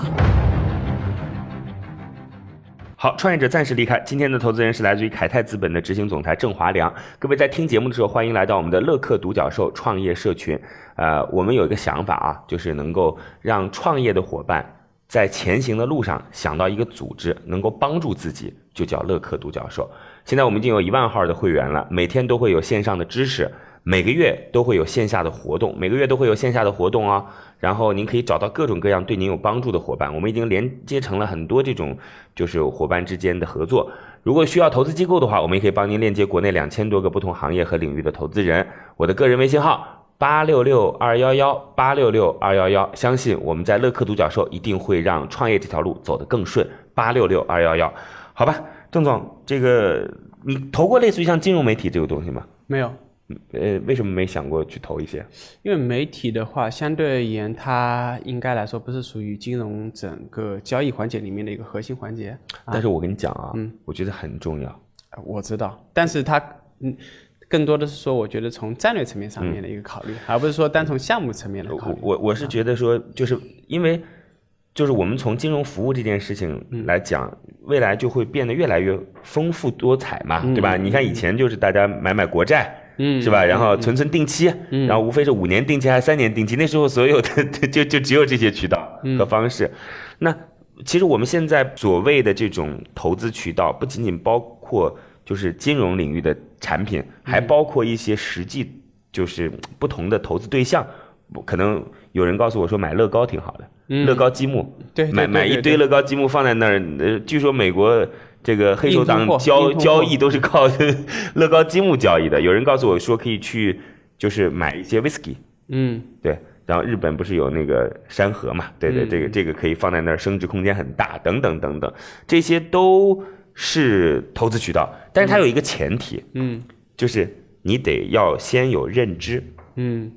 Speaker 1: 好，创业者暂时离开。今天的投资人是来自于凯泰资本的执行总裁郑华良。各位在听节目的时候，欢迎来到我们的乐客独角兽创业社群。呃，我们有一个想法啊，就是能够让创业的伙伴在前行的路上想到一个组织，能够帮助自己，就叫乐客独角兽。现在我们已经有一万号的会员了，每天都会有线上的知识。每个月都会有线下的活动，每个月都会有线下的活动啊、然后您可以找到各种各样对您有帮助的伙伴，我们已经连接成了很多这种就是伙伴之间的合作。如果需要投资机构的话，我们也可以帮您链接国内两千多个不同行业和领域的投资人。我的个人微信号八六六二幺幺八六六二幺幺，相信我们在乐客独角兽一定会让创业这条路走得更顺。八六六二幺幺，好吧，郑总，这个你投过类似于像金融媒体这个东西吗？
Speaker 3: 没有，
Speaker 1: 呃，为什么没想过去投一些？
Speaker 3: 因为媒体的话，相对而言，它应该来说不是属于金融整个交易环节里面的一个核心环节。
Speaker 1: 但是我跟你讲啊，我觉得很重要。
Speaker 3: 呃我知道，但是它嗯，更多的是说，我觉得从战略层面上面的一个考虑，而不是说单从项目层面的考
Speaker 1: 嗯我
Speaker 3: 虑。
Speaker 1: 我我是觉得说，就是因为就是我们从金融服务这件事情来讲，未来就会变得越来越丰富多彩嘛，对吧？你看以前就是大家买买国债。嗯，是吧？然后存存定期，然后无非是五年定期还是三年定期。那时候所有的 就就只有这些渠道和方式。那其实我们现在所谓的这种投资渠道，不仅仅包括就是金融领域的产品，还
Speaker 3: 嗯
Speaker 1: 包括一些实际就是不同的投资对象。不可能有人告诉我说买乐高挺好的，乐高积木，
Speaker 3: 嗯对对对
Speaker 1: 买买
Speaker 3: 对
Speaker 1: 一堆
Speaker 3: 对
Speaker 1: 乐高积木放在那儿。呃，据说美国这个黑手党
Speaker 3: 硬通货
Speaker 1: 交
Speaker 3: 硬通货
Speaker 1: 交易都是靠 乐高积木交易的。有人告诉我说可以去就是买一些 whisky，
Speaker 3: 嗯，
Speaker 1: 对，然后日本不是有那个山河嘛？对
Speaker 3: 嗯
Speaker 1: 对，这个这个可以放在那儿，升值空间很大，等等等等，这些都是投资渠道，但是它有一个前提，
Speaker 3: 嗯
Speaker 1: 就是你得要先有认知。
Speaker 3: 嗯，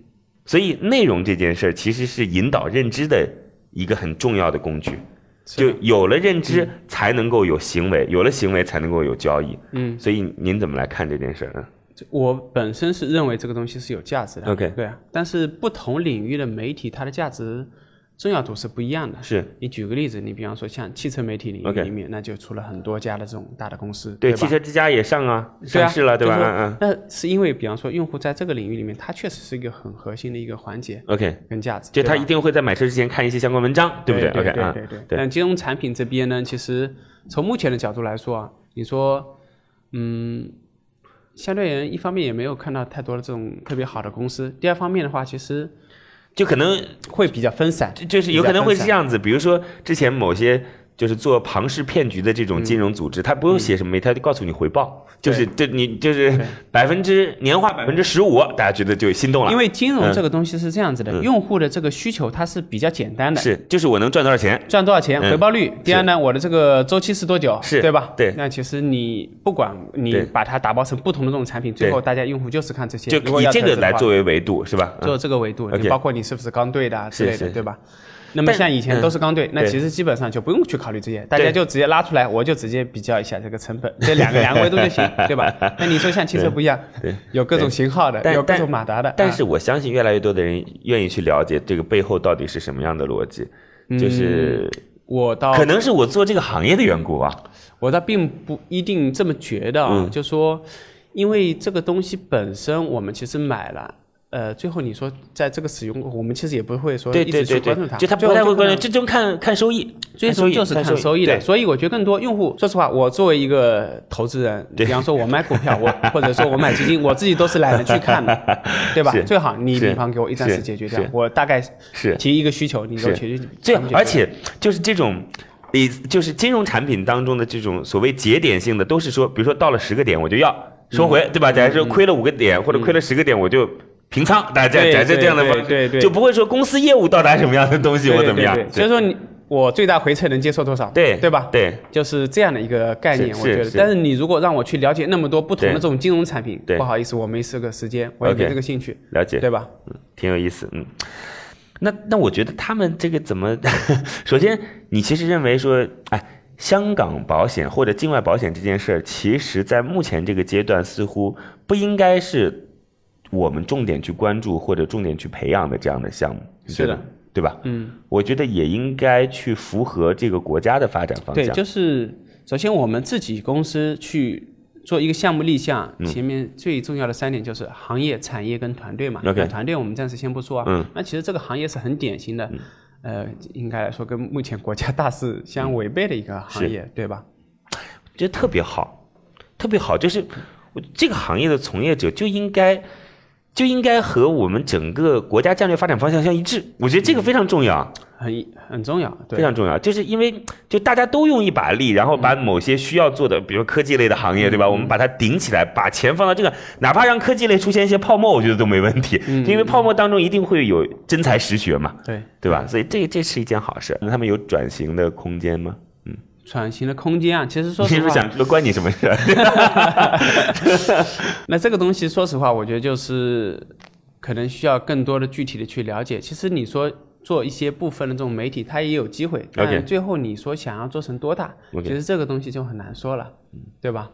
Speaker 1: 所以内容这件事儿其实是引导认知的一个很重要的工具。就有了认知，才能够有行为；有了行为，才能够有交易。
Speaker 3: 嗯，
Speaker 1: 所以您怎么来看这件事儿呢？
Speaker 3: 我本身是认为这个东西是有价值的。
Speaker 1: OK
Speaker 3: 对啊，但是不同领域的媒体，它的价值重要度是不一样的。
Speaker 1: 是
Speaker 3: 你举个例子，你比方说像汽车媒体领域
Speaker 1: OK
Speaker 3: 里面，那就出了很多家的这种大的公司，
Speaker 1: 对，
Speaker 3: 吧？
Speaker 1: 汽车之家也上啊，
Speaker 3: 对啊
Speaker 1: 上市了，对吧？
Speaker 3: 就是说
Speaker 1: 嗯
Speaker 3: 那是因为，比方说用户在这个领域里面，它确实是一个很核心的一个环节
Speaker 1: 嗯，OK，
Speaker 3: 跟价值，
Speaker 1: 就他
Speaker 3: 对吧
Speaker 1: 一定会在买车之前看一些相关文章，对不
Speaker 3: 哎对
Speaker 1: ？OK 啊
Speaker 3: 对，对
Speaker 1: 对
Speaker 3: 但金融产品这边呢，其实从目前的角度来说啊，你说，嗯，相对而言，一方面也没有看到太多的这种特别好的公司，第二方面的话，其实
Speaker 1: 就可能
Speaker 3: 会比较分散。
Speaker 1: 就就是有可能会是这样子，比如说之前某些就是做庞氏骗局的这
Speaker 3: 嗯
Speaker 1: 种金融组织，他不用写什么，他就告诉你回报，就是对你就是百分之年化百分之十五，大家觉得就心动了，
Speaker 3: 因为金融
Speaker 1: 嗯
Speaker 3: 这个东西是这样子的，用户的这个需求它嗯是比较简单的，
Speaker 1: 是就是我能赚多少钱，
Speaker 3: 赚多少钱，
Speaker 1: 嗯
Speaker 3: 回报率。第二呢，我的这个周期是多久，
Speaker 1: 是
Speaker 3: 对吧？
Speaker 1: 对
Speaker 3: 那其实你不管你
Speaker 1: 对
Speaker 3: 把它打包成不同的这种产品，最
Speaker 1: 对
Speaker 3: 后大家用户就是看这些。
Speaker 1: 就
Speaker 3: 如果
Speaker 1: 以
Speaker 3: 要
Speaker 1: 这
Speaker 3: 投
Speaker 1: 个
Speaker 3: 资的
Speaker 1: 来
Speaker 3: 话
Speaker 1: 作为维度是吧？嗯
Speaker 3: 做这个维度，
Speaker 1: OK
Speaker 3: 包括你是不是刚兑的啊之类
Speaker 1: 是
Speaker 3: 的，
Speaker 1: 是
Speaker 3: 对吧？那么
Speaker 1: 但
Speaker 3: 像以前都是刚兑，那
Speaker 1: 对
Speaker 3: 其实基本上就不用去考虑这些，大家
Speaker 1: 对
Speaker 3: 就直接拉出来，我就直接比较一下这个成本，这两个两个维度就行， 对吧？那你说像汽车不一样，
Speaker 1: 对
Speaker 3: 有各种型号的，
Speaker 1: 但
Speaker 3: 有各
Speaker 1: 但
Speaker 3: 种马达的，
Speaker 1: 但
Speaker 3: 啊
Speaker 1: 是我相信越来越多的人愿意去了解这个背后到底是什么样的逻辑，就是
Speaker 3: 我倒
Speaker 1: 可能是我做这个行业的缘故啊。
Speaker 3: 我倒并不一定这么觉得啊，
Speaker 1: 嗯
Speaker 3: 就说，因为这个东西本身我们其实买了，呃，最后你说在这个使用过，我们其实也不会说
Speaker 1: 对
Speaker 3: 一直
Speaker 1: 对
Speaker 3: 去
Speaker 1: 对
Speaker 3: 关注它，
Speaker 1: 对，就他
Speaker 3: 最
Speaker 1: 不
Speaker 3: 后
Speaker 1: 太会
Speaker 3: 可
Speaker 1: 关注，
Speaker 3: 能
Speaker 1: 最终看看收益，
Speaker 3: 最
Speaker 1: 看收
Speaker 3: 终
Speaker 1: 益
Speaker 3: 就是看收益
Speaker 1: 益
Speaker 3: 的，
Speaker 1: 对
Speaker 3: 所以我觉得更多用户，说实话，我作为一个投资人，比方说我买股票，我或者说我买基金，我自己都是懒得去看 的，对吧
Speaker 1: 是？
Speaker 3: 最好你
Speaker 1: 是
Speaker 3: 比方给我一站式
Speaker 1: 是
Speaker 3: 解决掉
Speaker 1: 是，
Speaker 3: 我大概
Speaker 1: 是
Speaker 3: 提一个需求，你给我
Speaker 1: 是
Speaker 3: 解决。
Speaker 1: 最
Speaker 3: 怎么解决
Speaker 1: 而且就是这种。你就是金融产品当中的这种所谓节点性的，都是说，比如说到了十个点我就要收回，
Speaker 3: 嗯
Speaker 1: 对吧？假如说亏了五个点或者亏了十个点，我就平仓，大家
Speaker 3: 对
Speaker 1: 假设这样的
Speaker 3: 对
Speaker 1: 方
Speaker 3: 对对对
Speaker 1: 就不会说公司业务到达什么样的东西
Speaker 3: 对
Speaker 1: 我
Speaker 3: 对
Speaker 1: 怎么
Speaker 3: 对
Speaker 1: 样
Speaker 3: 对，所以说你我最大回撤能接受多少？
Speaker 1: 对
Speaker 3: 对吧？。
Speaker 1: 对
Speaker 3: 就是这样的一个概念，
Speaker 1: 是
Speaker 3: 我觉
Speaker 1: 是
Speaker 3: 得。
Speaker 1: 是
Speaker 3: 但是你如果让我去了解那么多不同的
Speaker 1: 对
Speaker 3: 这种金融产品，
Speaker 1: 对
Speaker 3: 不好意思，我没这个时间，我也没
Speaker 1: OK
Speaker 3: 这个兴趣，
Speaker 1: 了解，
Speaker 3: 对吧？
Speaker 1: 挺有意思，嗯。那那我觉得他们这个怎么？ 首先，你其实认为说，哎，香港保险或者境外保险这件事儿，其实在目前这个阶段，似乎不应该是我们重点去关注或者重点去培养的这样的项目，你觉
Speaker 3: 是的
Speaker 1: 得，对吧？
Speaker 3: 嗯，
Speaker 1: 我觉得也应该去符合这个国家的发展方
Speaker 3: 对，
Speaker 1: 向。
Speaker 3: 就是首先我们自己公司去做一个项目立项，
Speaker 1: 嗯
Speaker 3: 前面最重要的三点就是行业、产业跟团队嘛。
Speaker 1: OK
Speaker 3: 那团队我们暂时先不说啊。
Speaker 1: 嗯
Speaker 3: 那其实这个行业是很典型的，呃，应该来说跟目前国家大势相违背的一个行业，对吧？
Speaker 1: 觉得特别好，特别好，就是我这个行业的从业者就应该就应该和我们整个国家战略发展方向相一致。我觉得这个非常重要，
Speaker 3: 很很重要，
Speaker 1: 非
Speaker 3: 嗯对。
Speaker 1: 常重要，就是因为就大家都用一把力，然后把某些需要做的，比如科技类的行
Speaker 3: 嗯
Speaker 1: 业，对吧？我们把它顶起来，把钱放到这个，哪怕让科技类出现一些泡
Speaker 3: 嗯
Speaker 1: 沫，我觉得都没问题，就因为泡沫当中一定会有真才实学嘛，
Speaker 3: 对，
Speaker 1: 对吧？所以这这是一件好事。那他们有转型的空间吗？
Speaker 3: 转型的空间啊，其实说
Speaker 1: 你
Speaker 3: 实
Speaker 1: 是
Speaker 3: 话，
Speaker 1: 不是想说关你什么事儿？
Speaker 3: 那这个东西，说实话，我觉得就是可能需要更多的具体的去了解。其实你说做一些部分的这种媒体，它也有机会，但最后你说想要做成多大
Speaker 1: OK 嗯
Speaker 3: 其实这个东西就很难说了，对吧？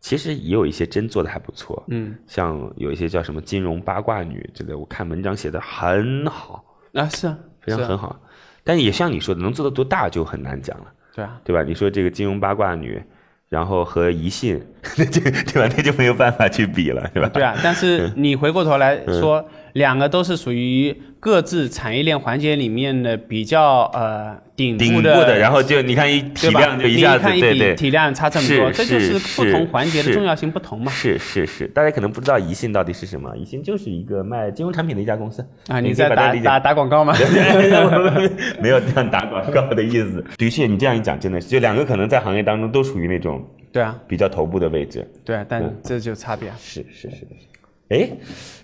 Speaker 1: 其实也有一些真做的还不错，
Speaker 3: 嗯，
Speaker 1: 像有一些叫什么金融八卦女之类，我看文章写的很好，
Speaker 3: 啊，是啊，
Speaker 1: 非常
Speaker 3: 是啊
Speaker 1: 很好，但也像你说的，能做到多大就很难讲了，
Speaker 3: 对啊，
Speaker 1: 对吧？你说这个金融八卦女，然后和宜信， 那就对吧？那就没有办法去比了，对吧？
Speaker 3: 对啊。但 是
Speaker 1: 嗯
Speaker 3: 你回过头来说，两个都是属于各自产业链环节里面的比较呃顶
Speaker 1: 顶
Speaker 3: 部
Speaker 1: 部
Speaker 3: 的，
Speaker 1: 的，然后就你看一体
Speaker 3: 对吧
Speaker 1: 量就一下子，
Speaker 3: 你一看一
Speaker 1: 对对
Speaker 3: 比，体量差这么多，这
Speaker 1: 是
Speaker 3: 就是
Speaker 1: 是
Speaker 3: 不同环节的
Speaker 1: 是
Speaker 3: 重要性不同嘛。
Speaker 1: 是是是，大家可能不知道宜信到底是什么，宜信就是一个卖金融产品的一家公司
Speaker 3: 啊，你
Speaker 1: 可以
Speaker 3: 在
Speaker 1: 把它
Speaker 3: 打
Speaker 1: 理解
Speaker 3: 打打广告吗？
Speaker 1: 没有这样打广告的意思。的确，你这样一讲，真的是，就两个可能在行业当中都属于那种
Speaker 3: 对啊，
Speaker 1: 比较头部的位置。
Speaker 3: 对啊，
Speaker 1: 嗯
Speaker 3: 但这就差别啊。
Speaker 1: 是是是。哎，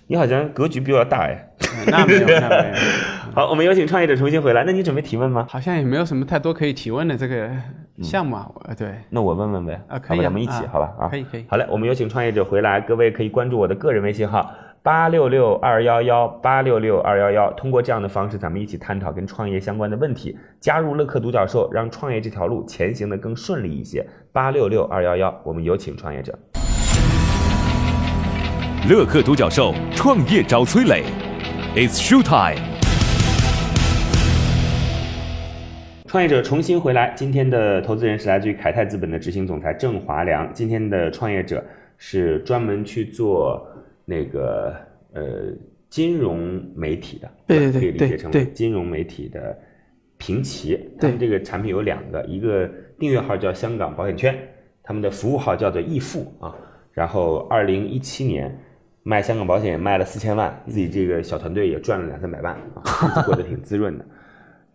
Speaker 1: 你好像格局比我大哎。
Speaker 3: 那没有，那没有，
Speaker 1: 好，我们有请创业者重新回来。那你准备提问吗？
Speaker 3: 好像也没有什么太多可以提问的这个项目啊。呃，对，
Speaker 1: 那我问问呗，
Speaker 3: 啊
Speaker 1: 要
Speaker 3: 可以啊
Speaker 1: 不咱们一起、
Speaker 3: 啊
Speaker 1: 好吧？啊，
Speaker 3: 可以可以
Speaker 1: 好嘞，我们有请创业者回来，各位可以关注我的个人微信号八六六二幺幺八六六二幺幺，通过这样的方式，咱们一起探讨跟创业相关的问题，加入乐客独角兽，让创业这条路前行的更顺利一些。八六六二幺幺，我们有请创业者。
Speaker 5: 乐客独角兽创业找崔磊，It's show time。
Speaker 1: 创业者重新回来，今天的投资人是来自于凯泰资本的执行总裁郑华良。今天的创业者是专门去做那个呃金融媒体的，
Speaker 3: 对对
Speaker 1: 吧
Speaker 3: 对
Speaker 1: 可以理解
Speaker 3: 对
Speaker 1: 成为
Speaker 3: 对
Speaker 1: 金融媒体的评级。他
Speaker 3: 对
Speaker 1: 们这个产品有两个，一个订阅号叫香港保险圈，他们的服务号叫做易付啊。然后二零一七年卖香港保险也卖了四千万，自己这个小团队也赚了两三百万啊， 日子过得挺滋润的。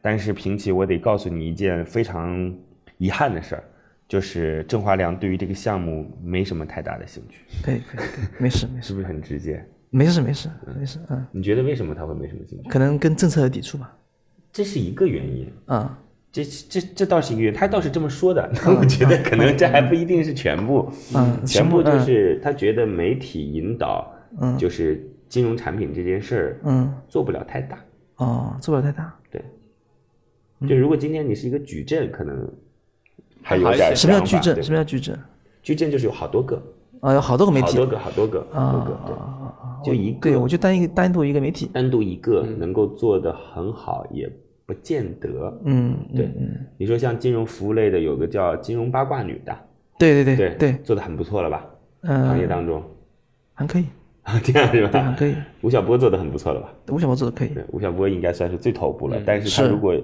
Speaker 1: 但是平奇，我得告诉你一件非常遗憾的事儿，就是郑华良对于这个项目没什么太大的兴趣，
Speaker 4: 可以可以，可以没事没事
Speaker 1: 是不是很直接？
Speaker 4: 没事没事没事，嗯，
Speaker 1: 你觉得为什么他会没什么兴趣？
Speaker 4: 可能跟政策有抵触吧，
Speaker 1: 这是一个原因，
Speaker 4: 啊、
Speaker 1: 这这这倒是一个原因，他倒是这么说 的。我觉得可能这还不一定是全部，
Speaker 4: 嗯
Speaker 1: 全
Speaker 4: 全
Speaker 1: 部
Speaker 4: 部
Speaker 1: 就是他觉得媒体引导，
Speaker 4: 嗯
Speaker 1: 就是金融产品这件事儿，
Speaker 4: 嗯，
Speaker 1: 做不了太大。
Speaker 4: 哦，做不了太大，
Speaker 1: 对，
Speaker 4: 嗯
Speaker 1: 就如果今天你是一个矩阵，可能还有
Speaker 3: 还
Speaker 1: 点
Speaker 3: 行
Speaker 4: 什么叫矩
Speaker 1: 想法
Speaker 4: 阵？
Speaker 1: 对
Speaker 4: 什么叫矩阵？
Speaker 1: 矩阵就是有好多个，
Speaker 4: 啊，有好多个媒
Speaker 1: 好
Speaker 4: 体
Speaker 1: 多个，好多个，好多个，对，
Speaker 4: 啊，嗯
Speaker 1: 就一个
Speaker 4: 对我就单一个单独一个媒体，
Speaker 1: 单独一个能够做得很好，也不见得。
Speaker 4: 嗯，
Speaker 1: 对，你说像金融服务类的，有个叫金融八卦女的，
Speaker 4: 对对
Speaker 1: 对
Speaker 4: 对，
Speaker 1: 做得很不错了吧？行业
Speaker 4: 嗯，
Speaker 1: 当中，
Speaker 4: 还可以，
Speaker 1: 这样是
Speaker 4: 对，还
Speaker 1: 吧？
Speaker 4: 可以，
Speaker 1: 吴晓波做得很不错了吧？
Speaker 4: 吴晓波做的可以，
Speaker 1: 对，吴晓波应该算是最头部了，但是他
Speaker 4: 嗯是
Speaker 1: 如果，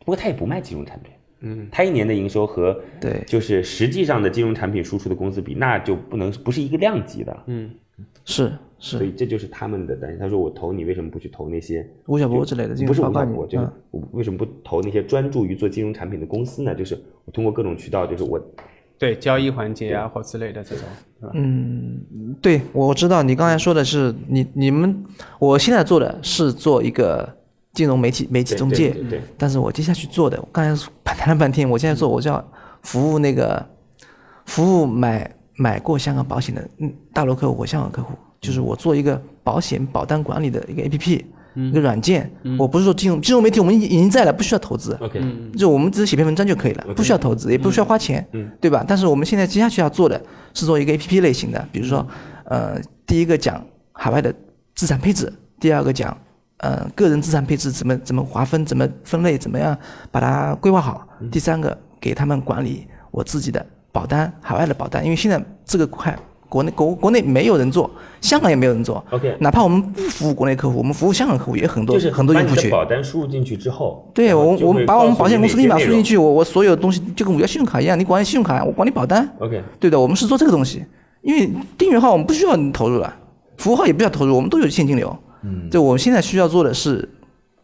Speaker 1: 不过他也不卖金融产品，
Speaker 3: 嗯，
Speaker 1: 他一年的营收和
Speaker 4: 对
Speaker 1: 就是实际上的金融产品输出的公司比，那就不能不是一个量级的，
Speaker 3: 嗯，
Speaker 4: 是
Speaker 1: 所以
Speaker 4: 是，
Speaker 1: 这就是他们的担心。他说我投你为什么不去投那些
Speaker 4: 吴晓波之类的，
Speaker 1: 不是
Speaker 4: 包
Speaker 1: 吴
Speaker 4: 括
Speaker 1: 晓
Speaker 4: 你
Speaker 1: 波，就是
Speaker 4: 嗯
Speaker 1: 我为什么不投那些专注于做金融产品的公司呢？就是我通过各种渠道，就是我
Speaker 3: 对，交易环节啊或之类的这种，对吧？
Speaker 4: 嗯，对，我知道你刚才说的是你你们，我现在做的是做一个金融媒体媒体
Speaker 1: 对
Speaker 4: 中介，
Speaker 1: 对对对
Speaker 4: 但是我接下去做的，我刚才谈了半天，我现在做我叫服务那个服务买买过香港保险的嗯大陆客户，我香港客
Speaker 1: 嗯
Speaker 4: 户，就是我做一个保险保单管理的一个 A P P，、一
Speaker 1: 嗯
Speaker 4: 个软件，我不是说金融金融媒体我们已已经在了，不需要投资，
Speaker 1: OK，
Speaker 4: 就我们只是写篇文章就可以了，不需要投资，也
Speaker 1: 嗯
Speaker 4: 不需要花钱，对吧？但是我们现在接下去要做的是做一个 A P P 类型的，比如说，呃，第一个讲海外的资产配置，第二个讲，呃，个人资产配置怎么怎么划分，怎么分类，怎么样把它规划好，
Speaker 1: 嗯
Speaker 4: 第三个给他们管理我自己的保单，海外的保单，因为现在这个块。国内国国内没有人做，香港也没有人做。
Speaker 1: OK
Speaker 4: 哪怕我们不服务国内客户，我们服务香港客户也很多，
Speaker 1: 就是
Speaker 4: 很多
Speaker 1: 把
Speaker 4: 用
Speaker 1: 你
Speaker 4: 户
Speaker 1: 的
Speaker 4: 群。
Speaker 1: 保单输入进去之后，
Speaker 4: 对
Speaker 1: 然后
Speaker 4: 我，
Speaker 1: 就
Speaker 4: 我
Speaker 1: 会
Speaker 4: 们把我们保险公司
Speaker 1: 告诉
Speaker 4: 密
Speaker 1: 你
Speaker 4: 码
Speaker 1: 哪些
Speaker 4: 输进
Speaker 1: 内
Speaker 4: 去，我我所有东西就跟我要信用卡一样，你管理信用卡，我管理保单。
Speaker 1: 容。OK，
Speaker 4: 对的，我们是做这个东西，因为订阅号我们不需要你投入了，服务号也不需要投入，我们都有现金流。嗯，对，我们现在需要做的是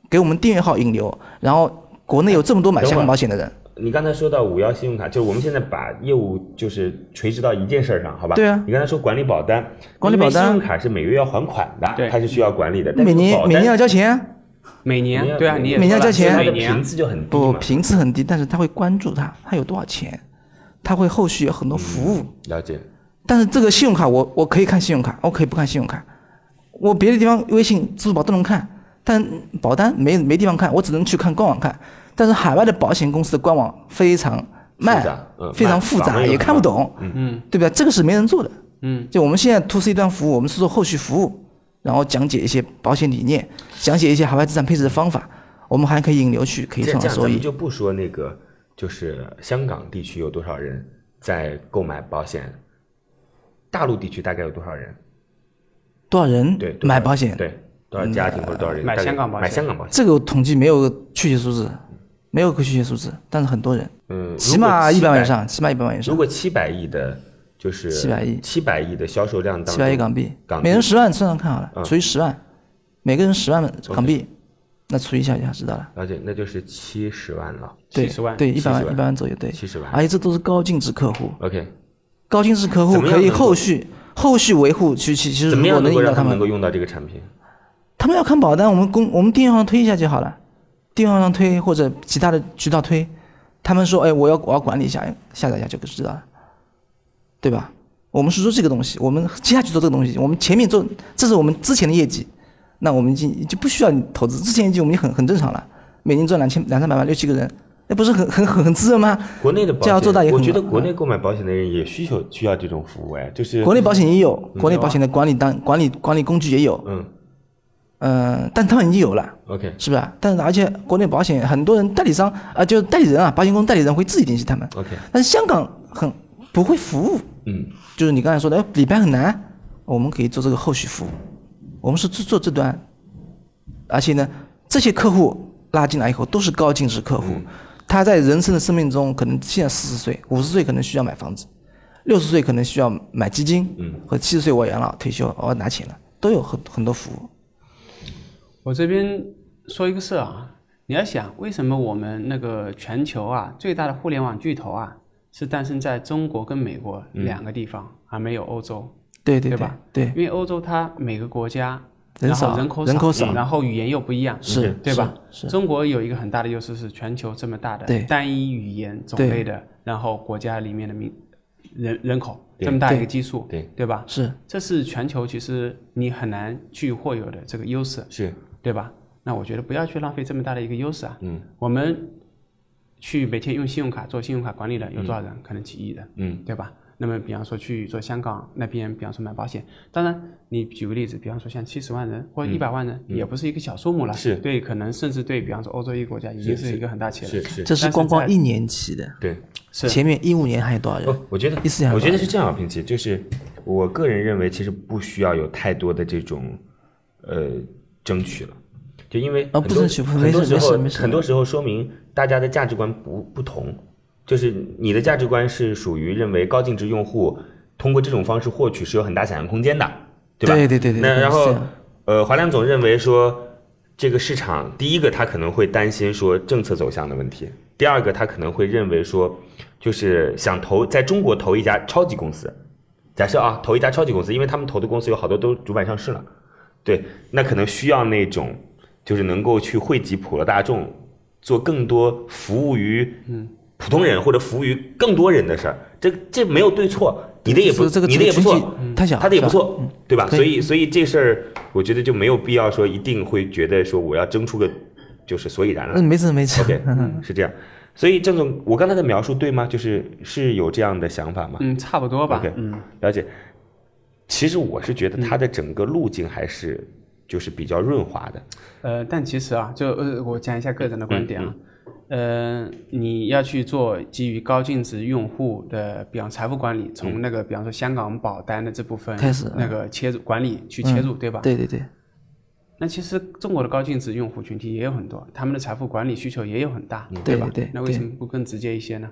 Speaker 4: 给我们订阅号引流，然后国内有这么多买香港保险的人，
Speaker 1: 你刚才说到五幺信用卡，就是我们现在把业务就是垂直到一件事儿上，好吧？
Speaker 4: 对啊
Speaker 1: 你刚才说管理保单，
Speaker 4: 管理保单
Speaker 1: 因为信用卡是每月要还款的，
Speaker 3: 对
Speaker 1: 它是需要管理的。但是
Speaker 4: 每年
Speaker 1: 保单
Speaker 4: 每年要交钱啊，
Speaker 3: 每
Speaker 1: 每年
Speaker 3: 年对啊，你也
Speaker 4: 每年
Speaker 3: 说了
Speaker 4: 交钱
Speaker 1: 它
Speaker 3: 每
Speaker 1: 的
Speaker 3: 年
Speaker 1: 频次就很低
Speaker 4: 不
Speaker 1: 嘛。
Speaker 4: 频次很低，但是他会关注他，他有多少钱，他会后续有很多服务。
Speaker 1: 了解。
Speaker 4: 但是这个信用卡我我可以看信用卡，我可以不看信用卡，我别的地方微信、支付宝都能看，但保单没没地方看，我只能去看官网看。但是海外的保险公司的官网非常慢
Speaker 1: 复杂，嗯
Speaker 4: 非
Speaker 1: 慢
Speaker 4: 常复
Speaker 1: 访
Speaker 4: 杂，
Speaker 1: 问也
Speaker 4: 也
Speaker 1: 很
Speaker 4: 看不
Speaker 1: 慢
Speaker 4: 懂，
Speaker 3: 嗯
Speaker 4: 对不对？这个是没人做的。
Speaker 3: 嗯，
Speaker 4: 就我们现在 to C 端服务，我们是做后续服务，然后讲解一些保险理念，讲解一些海外资产配置的方法，我们还可以引流去，可以
Speaker 1: 这样
Speaker 4: 创
Speaker 1: 这样，
Speaker 4: 造收
Speaker 1: 咱们
Speaker 4: 益。
Speaker 1: 就不说那个，就是香港地区有多少人在购买保险，大陆地区大概有多少人？
Speaker 4: 多少人
Speaker 1: 对，多少
Speaker 4: 买
Speaker 1: 人
Speaker 4: 保险？
Speaker 1: 对，多少家庭或者多少人
Speaker 3: 买
Speaker 1: 大概
Speaker 3: 香港保险
Speaker 1: 买香港保险？
Speaker 4: 这个统计没有确切数字，没有个确切数字，但是很多人，
Speaker 1: 嗯，
Speaker 4: 起码一百万以
Speaker 1: 上。
Speaker 4: 上，起码一百万以
Speaker 1: 如
Speaker 4: 上，
Speaker 1: 果七百亿的，就是
Speaker 4: 700亿
Speaker 1: 七百亿的销售量当中，
Speaker 4: 七百亿港币，
Speaker 1: 港
Speaker 4: 每人十万算算看好了，
Speaker 1: 嗯
Speaker 4: 除以十万，每个人十万港币，那除以一下就知道了。
Speaker 1: 了解，那就是七十万了。
Speaker 4: 对
Speaker 3: 70万，
Speaker 4: 对，一百
Speaker 1: 70
Speaker 4: 万，
Speaker 1: 万
Speaker 4: 一百万左右，对，哎
Speaker 1: 70万
Speaker 4: 而且这都是高净值客户，
Speaker 1: OK，
Speaker 4: 高净值客户
Speaker 1: 怎么样
Speaker 4: 可以
Speaker 1: 能够
Speaker 4: 后续后续维护，其其其实
Speaker 1: 怎么
Speaker 4: 如果
Speaker 1: 样
Speaker 4: 能
Speaker 1: 能够
Speaker 4: 引
Speaker 1: 让
Speaker 4: 导
Speaker 1: 他
Speaker 4: 他
Speaker 1: 们能
Speaker 4: 们，
Speaker 1: 够用到这个产品？
Speaker 4: 他们要看保单，我们公我们订阅号上推一下就好了，订阅号上推或者其他的渠道推，他们说，哎，我要我要管理一下，哎下载一下就知道了，对吧？我们是做这个东西，我们接下去做这个东西，我们前面做，这是我们之前的业绩，那我们已经已经不需要你投资，之前业绩我们已经很很正常了，每年赚两千两三百万，六七个人，哎那不是很很很很滋润吗？
Speaker 1: 国内的保
Speaker 4: 这样
Speaker 1: 险，
Speaker 4: 做大也很
Speaker 1: 我觉得
Speaker 4: 好
Speaker 1: 国内购买保险的人也需求需要这种服务哎，就是
Speaker 4: 国内保险也嗯有，啊国内保险的管理单管理管理工具也有，
Speaker 1: 嗯
Speaker 4: 嗯、但他们已经有了。
Speaker 1: ，OK，
Speaker 4: 是吧？但是而且国内保险很多人代理商啊、就是代理人啊，保险公司代理人会自己联系他们。
Speaker 1: OK
Speaker 4: 但是香港很不会服务，
Speaker 1: 嗯
Speaker 4: 就是你刚才说的，哎，理赔很难，我们可以做这个后续服务，我们是做做这端，而且呢，这些客户拉进来以后都是高净值客户，
Speaker 1: 嗯
Speaker 4: 他在人生的生命中可能现在四十岁、五十岁可能需要买房子，六十岁可能需要买基金，
Speaker 1: 嗯，
Speaker 4: 或者七十岁我养老退休我要拿钱了，都有很很多服务。
Speaker 3: 我这边说一个事啊，你要想为什么我们那个全球啊最大的互联网巨头啊是诞生在中国跟美国两个地方，还没有欧洲，
Speaker 4: 对对
Speaker 3: 对吧？
Speaker 4: 对，
Speaker 3: 因为欧洲它每个国家
Speaker 4: 人
Speaker 3: 然后
Speaker 4: 少
Speaker 3: 人口
Speaker 4: 人口少
Speaker 3: 然后语言又不一样，
Speaker 4: 是
Speaker 3: 对吧？
Speaker 4: 是
Speaker 3: 中国有一个很大的优势是全球这么大的
Speaker 4: 对
Speaker 3: 单一语言种类的，然后国家里面的民人人口
Speaker 1: 对
Speaker 3: 这么大一个
Speaker 4: 对
Speaker 3: 基数，
Speaker 1: 对
Speaker 3: 对吧？
Speaker 4: 是
Speaker 3: 这是全球其实你很难去获有的这个优势，
Speaker 1: 是
Speaker 3: 对吧？那我觉得不要去浪费这么大的一个优势啊。
Speaker 1: 嗯，
Speaker 3: 我们去每天用信用卡做信用卡管理的有多少人？可能几亿人，
Speaker 1: 嗯
Speaker 3: 对吧？那么比方说去做香港那边，比方说买保险，当然你举个例子，比方说像七十万人或者一百万人，也不是一个小数目了。
Speaker 1: 嗯是
Speaker 3: 对，可能甚至对比方说欧洲一个国家已经是一个很大企业
Speaker 1: 是
Speaker 3: 了。
Speaker 1: 是，
Speaker 4: 这是
Speaker 3: 但是
Speaker 4: 光光
Speaker 3: 在
Speaker 4: 一年期的，
Speaker 1: 对。
Speaker 3: 是
Speaker 4: 前面一五年还有多少人
Speaker 1: 不？，我觉得
Speaker 4: 一四年还
Speaker 1: 我
Speaker 4: 有多
Speaker 1: 觉
Speaker 4: 少
Speaker 1: 得
Speaker 4: 人
Speaker 1: 是这样，平奇，就是我个人认为，其实不需要有太多的这种呃争取了，就因为
Speaker 4: 啊
Speaker 1: 很
Speaker 4: 不
Speaker 1: 多
Speaker 4: 争取不
Speaker 1: 很
Speaker 4: 没
Speaker 1: 多
Speaker 4: 事
Speaker 1: 时
Speaker 4: 没
Speaker 1: 候
Speaker 4: 事没事
Speaker 1: 很多时候说明大家的价值观不不同，就是你的价值观是属于认为高净值用户通过这种方式获取是有很大想象空间的，对吧？
Speaker 4: 对对对对
Speaker 1: 那
Speaker 4: 对
Speaker 1: 然
Speaker 4: 是这啊
Speaker 1: 后
Speaker 4: 样
Speaker 1: 呃，华亮总认为说。这个市场，第一个他可能会担心说政策走向的问题，第二个他可能会认为说，就是想投在中国投一家超级公司，假设啊投一家超级公司，因为他们投的公司有好多都主板上市了，对，那可能需要那种就是能够去惠及普罗大众，做更多服务于普通人或者服务于更多人的事儿，这这没有对错，你的也不
Speaker 4: 是这个
Speaker 1: 你的也不
Speaker 4: 群体
Speaker 1: 错，嗯
Speaker 4: 太小，
Speaker 1: 他的也不
Speaker 4: 是吧。
Speaker 1: 错，对吧？
Speaker 4: 可以
Speaker 1: 所以所以这事儿，我觉得就没有必要说一定会觉得说我要争出个就是所以然来
Speaker 4: 嗯，。没事没事。
Speaker 1: OK，是这样。所以郑总，我刚才的描述对吗？就是是有这样的想法吗？
Speaker 3: 嗯，差不多吧。
Speaker 1: OK
Speaker 3: 嗯，
Speaker 1: 了解。其实我是觉
Speaker 4: 嗯
Speaker 1: 得它的整个路径还是就是比较润滑的。
Speaker 3: 呃，但其实啊，就呃，我讲一下个人的观点
Speaker 4: 嗯
Speaker 3: 啊。呃，你要去做基于高净值用户的，比方财富管理，从那个比方说香港保单的这部分
Speaker 4: 嗯开始嗯
Speaker 3: 那个切入管理去切入，对吧？
Speaker 4: 对对对，
Speaker 3: 那其实中国的高净值用户群体也有很多，他们的财富管理需求也有很大，
Speaker 4: 对
Speaker 3: 吧？
Speaker 4: 嗯对对
Speaker 3: 那为什么不更直接一些呢？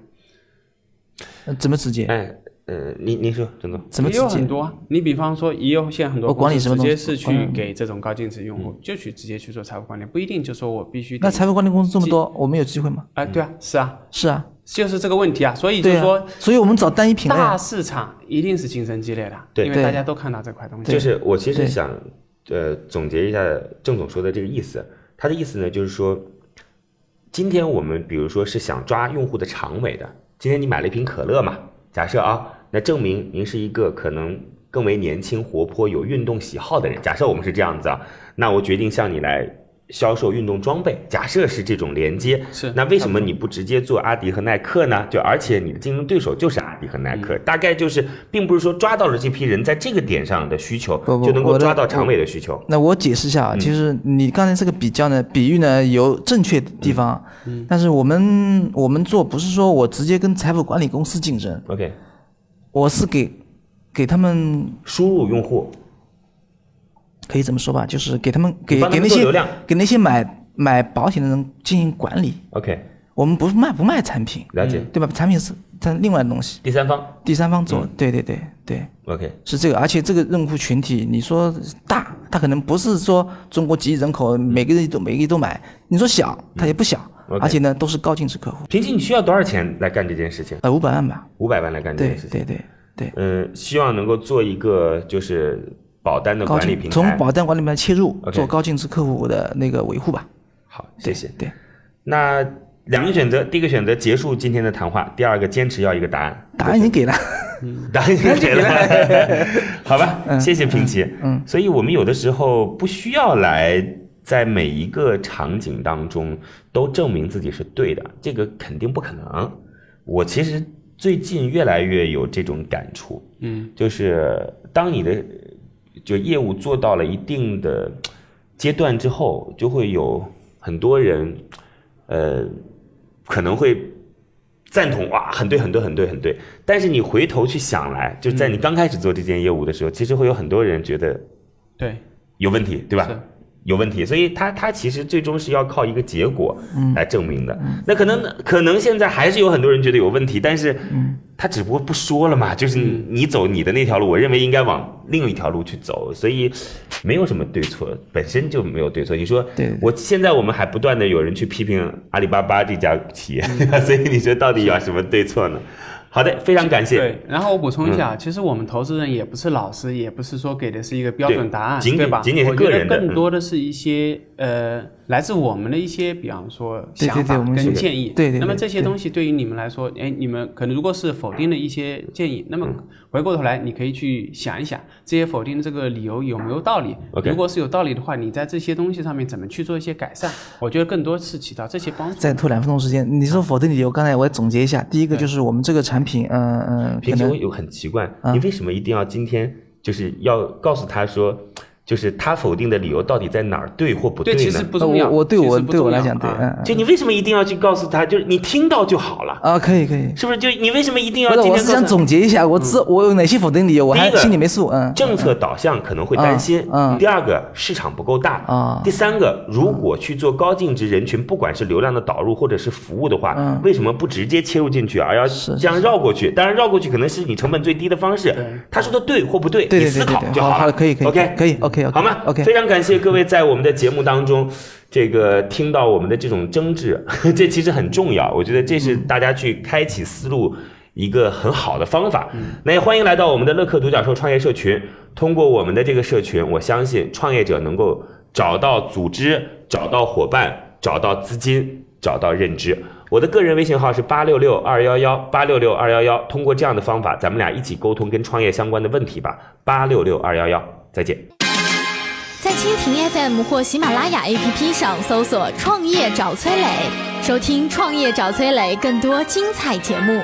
Speaker 4: 呃怎么直接？
Speaker 1: 哎，呃，您您说，郑总，
Speaker 4: 怎么
Speaker 3: 也
Speaker 4: 直
Speaker 3: 有
Speaker 4: 接
Speaker 3: 很？多啊，你比方说，也有现在很多
Speaker 4: 我管理
Speaker 3: 公司
Speaker 4: 什么
Speaker 3: 直
Speaker 4: 东
Speaker 3: 接
Speaker 4: 西哦嗯
Speaker 3: 是
Speaker 4: 管
Speaker 3: 去
Speaker 4: 理
Speaker 3: 给这种高净值用户就去直接去做财富管理，不一定就说我必须得
Speaker 4: 那财富管理公司这么多，我们有机会吗？
Speaker 3: 啊，对啊，是啊，
Speaker 4: 是啊，
Speaker 3: 就是这个问题啊，所以就
Speaker 4: 对
Speaker 3: 是说
Speaker 4: 啊，所以我们找单一品类
Speaker 3: 大
Speaker 4: 啊。
Speaker 3: 市场一定是竞争激烈的，
Speaker 1: 对
Speaker 3: 因为
Speaker 4: 对
Speaker 3: 大家都看到这块东西。
Speaker 1: 就是我其实
Speaker 4: 对
Speaker 1: 想，呃，总结一下郑总说的这个意思。他的意思呢，就是说，今天我们比如说是想抓用户的长尾的，今天你买了一瓶可乐嘛，假设啊，那证明您是一个可能更为年轻、活泼、有运动喜好的人。假设我们是这样子啊，那我决定向你来销售运动装备。假设是这种连接，
Speaker 3: 是
Speaker 1: 那为什么你不直接做阿迪和耐克呢？就而且你的竞争对手就是阿迪和耐克，大概就是，并不是说抓到了这批人在这个点上的需求，
Speaker 4: 不不
Speaker 1: 就能够
Speaker 4: 我的
Speaker 1: 抓到长尾的需求。
Speaker 4: 那我解释一下
Speaker 1: 嗯
Speaker 4: 啊，其实你刚才这个比较呢，比喻呢有正确的地方，啊
Speaker 1: 嗯
Speaker 4: 但是我们我们做不是说我直接跟财富管理公司竞争，
Speaker 1: OK，
Speaker 4: 我是给给他们
Speaker 1: 输入用户，
Speaker 4: 可以这么说吧，就是给他们给
Speaker 1: 帮他
Speaker 4: 给
Speaker 1: 们
Speaker 4: 那
Speaker 1: 做
Speaker 4: 些
Speaker 1: 流量
Speaker 4: 给那些买买保险的人进行管理，
Speaker 1: OK，
Speaker 4: 我们不是卖不卖产品，
Speaker 1: 了解。
Speaker 4: 对吧？产品是它另外的东西，
Speaker 1: 第三方
Speaker 4: 第三方做，
Speaker 1: 嗯
Speaker 4: 对对对对，
Speaker 1: ，OK，
Speaker 4: 是这个。而且这个用户群体，你说大，它可能不是说中国几亿人口每个人都每个人都买，你说小，它也不小，
Speaker 1: 嗯 OK
Speaker 4: 而且呢都是高净值客户，
Speaker 1: 平均你需要多少钱来干这件事情？
Speaker 4: 呃五百万吧，
Speaker 1: 五百万来干这
Speaker 4: 对
Speaker 1: 件事情。
Speaker 4: 对对对，
Speaker 1: 嗯，希望能够做一个就是保单的
Speaker 4: 高
Speaker 1: 管理
Speaker 4: 净
Speaker 1: 平台。
Speaker 4: 从保单管理平台切入
Speaker 1: OK
Speaker 4: 做高净值客户的那个维护吧，
Speaker 1: 好，谢
Speaker 4: 对
Speaker 1: 谢。
Speaker 4: 对。
Speaker 1: 那两个选择，第一个选择结束今天的谈话，第二个坚持要一个答案。
Speaker 4: 答案已经给了，
Speaker 1: 答案已经给了，好吧，谢谢平奇。
Speaker 4: 嗯，
Speaker 1: 所以我们有的时候不需要来在每一个场景当中都证明自己是对的，这个肯定不可能。我其实最近越来越有这种感触，
Speaker 3: 嗯，
Speaker 1: 就是当你的就业务做到了一定的阶段之后，就会有很多人，呃，可能会赞同哇，很对，很对，很对，很对。但是你回头去想来，就在你刚开始做这件业务的时候，其实会有很多人觉得
Speaker 3: 对，
Speaker 1: 有问题，对吧？
Speaker 3: 是
Speaker 1: 有问题，所以它它其实最终是要靠一个结果来证明的。那可能可能现在还是有很多人觉得有问题，但是他只不过不说了嘛，就是你你走你的那条路，我认为应该往另一条路去走，所以没有什么对错，本身就没有对错。你说
Speaker 4: 对对
Speaker 1: 我现在我们还不断的有人去批评阿里巴巴这家企业，对吧？ 所以你说到底有什么对错呢？好的，非常感谢。
Speaker 3: 对，然后我补充一
Speaker 1: 嗯
Speaker 3: 下，其实我们投资人也不是老师，也不是说给的是一个标准答案，
Speaker 1: 对仅
Speaker 3: 对
Speaker 1: 仅
Speaker 3: 吧？
Speaker 1: 仅仅是
Speaker 3: 我觉
Speaker 1: 个
Speaker 3: 得
Speaker 1: 人的嗯
Speaker 3: 更多的是一些、呃，来自我们的一些，比方说
Speaker 4: 对对
Speaker 3: 想
Speaker 4: 对
Speaker 3: 法
Speaker 4: 我们是
Speaker 3: 跟建议。
Speaker 4: 对对对
Speaker 3: 那么这些
Speaker 4: 对
Speaker 3: 东西对于你们来说，哎，你们可能如果是否定的一些建
Speaker 1: 嗯
Speaker 3: 议，那么回过头来你可以去想一想，这些否定的这个理由有没有道理
Speaker 1: OK
Speaker 3: 如果是有道理的话，你在这些东西上面怎么去做一些改善？我觉得更多是起到这些帮助。
Speaker 4: 再拖两分钟时间。你
Speaker 1: 啊
Speaker 4: 说否定理由，刚才我也总结一下，第一个就是我们这个产品，嗯、嗯，可
Speaker 1: 平时我
Speaker 4: 能啊
Speaker 1: 有很奇怪，你为什么一定要今天就是要告诉他说，就是他否定的理由到底在哪儿对或不
Speaker 3: 对，
Speaker 1: 呢？
Speaker 3: 其实不
Speaker 4: 呃
Speaker 3: 重要。
Speaker 4: 我我对
Speaker 3: 其实
Speaker 4: 我
Speaker 3: 不
Speaker 4: 对我
Speaker 3: 重
Speaker 4: 来
Speaker 3: 要
Speaker 4: 讲，对，
Speaker 3: 啊
Speaker 4: 嗯嗯
Speaker 1: 就你为什么一定要去告诉他？就是你听到就好了，
Speaker 4: 啊，可以可以。
Speaker 1: 是不是？就你为什么一定
Speaker 4: 不
Speaker 1: 要
Speaker 4: 是，
Speaker 1: 今
Speaker 4: 我
Speaker 1: 天告
Speaker 4: 是想
Speaker 1: 诉他？嗯
Speaker 4: 总结一下，我知我有哪些否定理由，我
Speaker 1: 第一
Speaker 4: 还
Speaker 1: 个
Speaker 4: 心里没数，嗯，
Speaker 1: 政策导向可能会担心，
Speaker 4: 嗯嗯
Speaker 1: 第二个市场不够大，
Speaker 4: 啊
Speaker 1: 第三个如果去做高净值人群，不管是流量的导入或者是服务的话，
Speaker 4: 嗯
Speaker 1: 为什么不直接切入进去，啊而要
Speaker 4: 是
Speaker 1: 这样绕过去？当然绕过去可能是你成本最低的方式。他说的对或不对，
Speaker 4: 对
Speaker 1: 你
Speaker 4: 对
Speaker 1: 思
Speaker 4: 对
Speaker 1: 考
Speaker 4: 对
Speaker 1: 就
Speaker 4: 对，好，
Speaker 1: 了。
Speaker 4: 了，可以可以
Speaker 1: OK
Speaker 4: 可以，OK OK，
Speaker 1: 好吗
Speaker 4: ？OK，
Speaker 1: 非常感谢各位在我们的节目当中，这个听到我们的这种争执， 这其实很重要。我觉得这是大家去开启思路一个很好的方法。那也欢迎来到我们的乐客独角兽创业社群，通过我们的这个社群，我相信创业者能够找到组织、找到伙伴、找到资金、找到认知。我的个人微信号是八六六二幺幺八六六二幺幺，通过这样的方法，咱们俩一起沟通跟创业相关的问题吧。八六六二幺幺，再见。
Speaker 6: 在蜻蜓 FM 或喜马拉雅 APP 上搜索“创业找崔磊”，收听“创业找崔磊”更多精彩节目。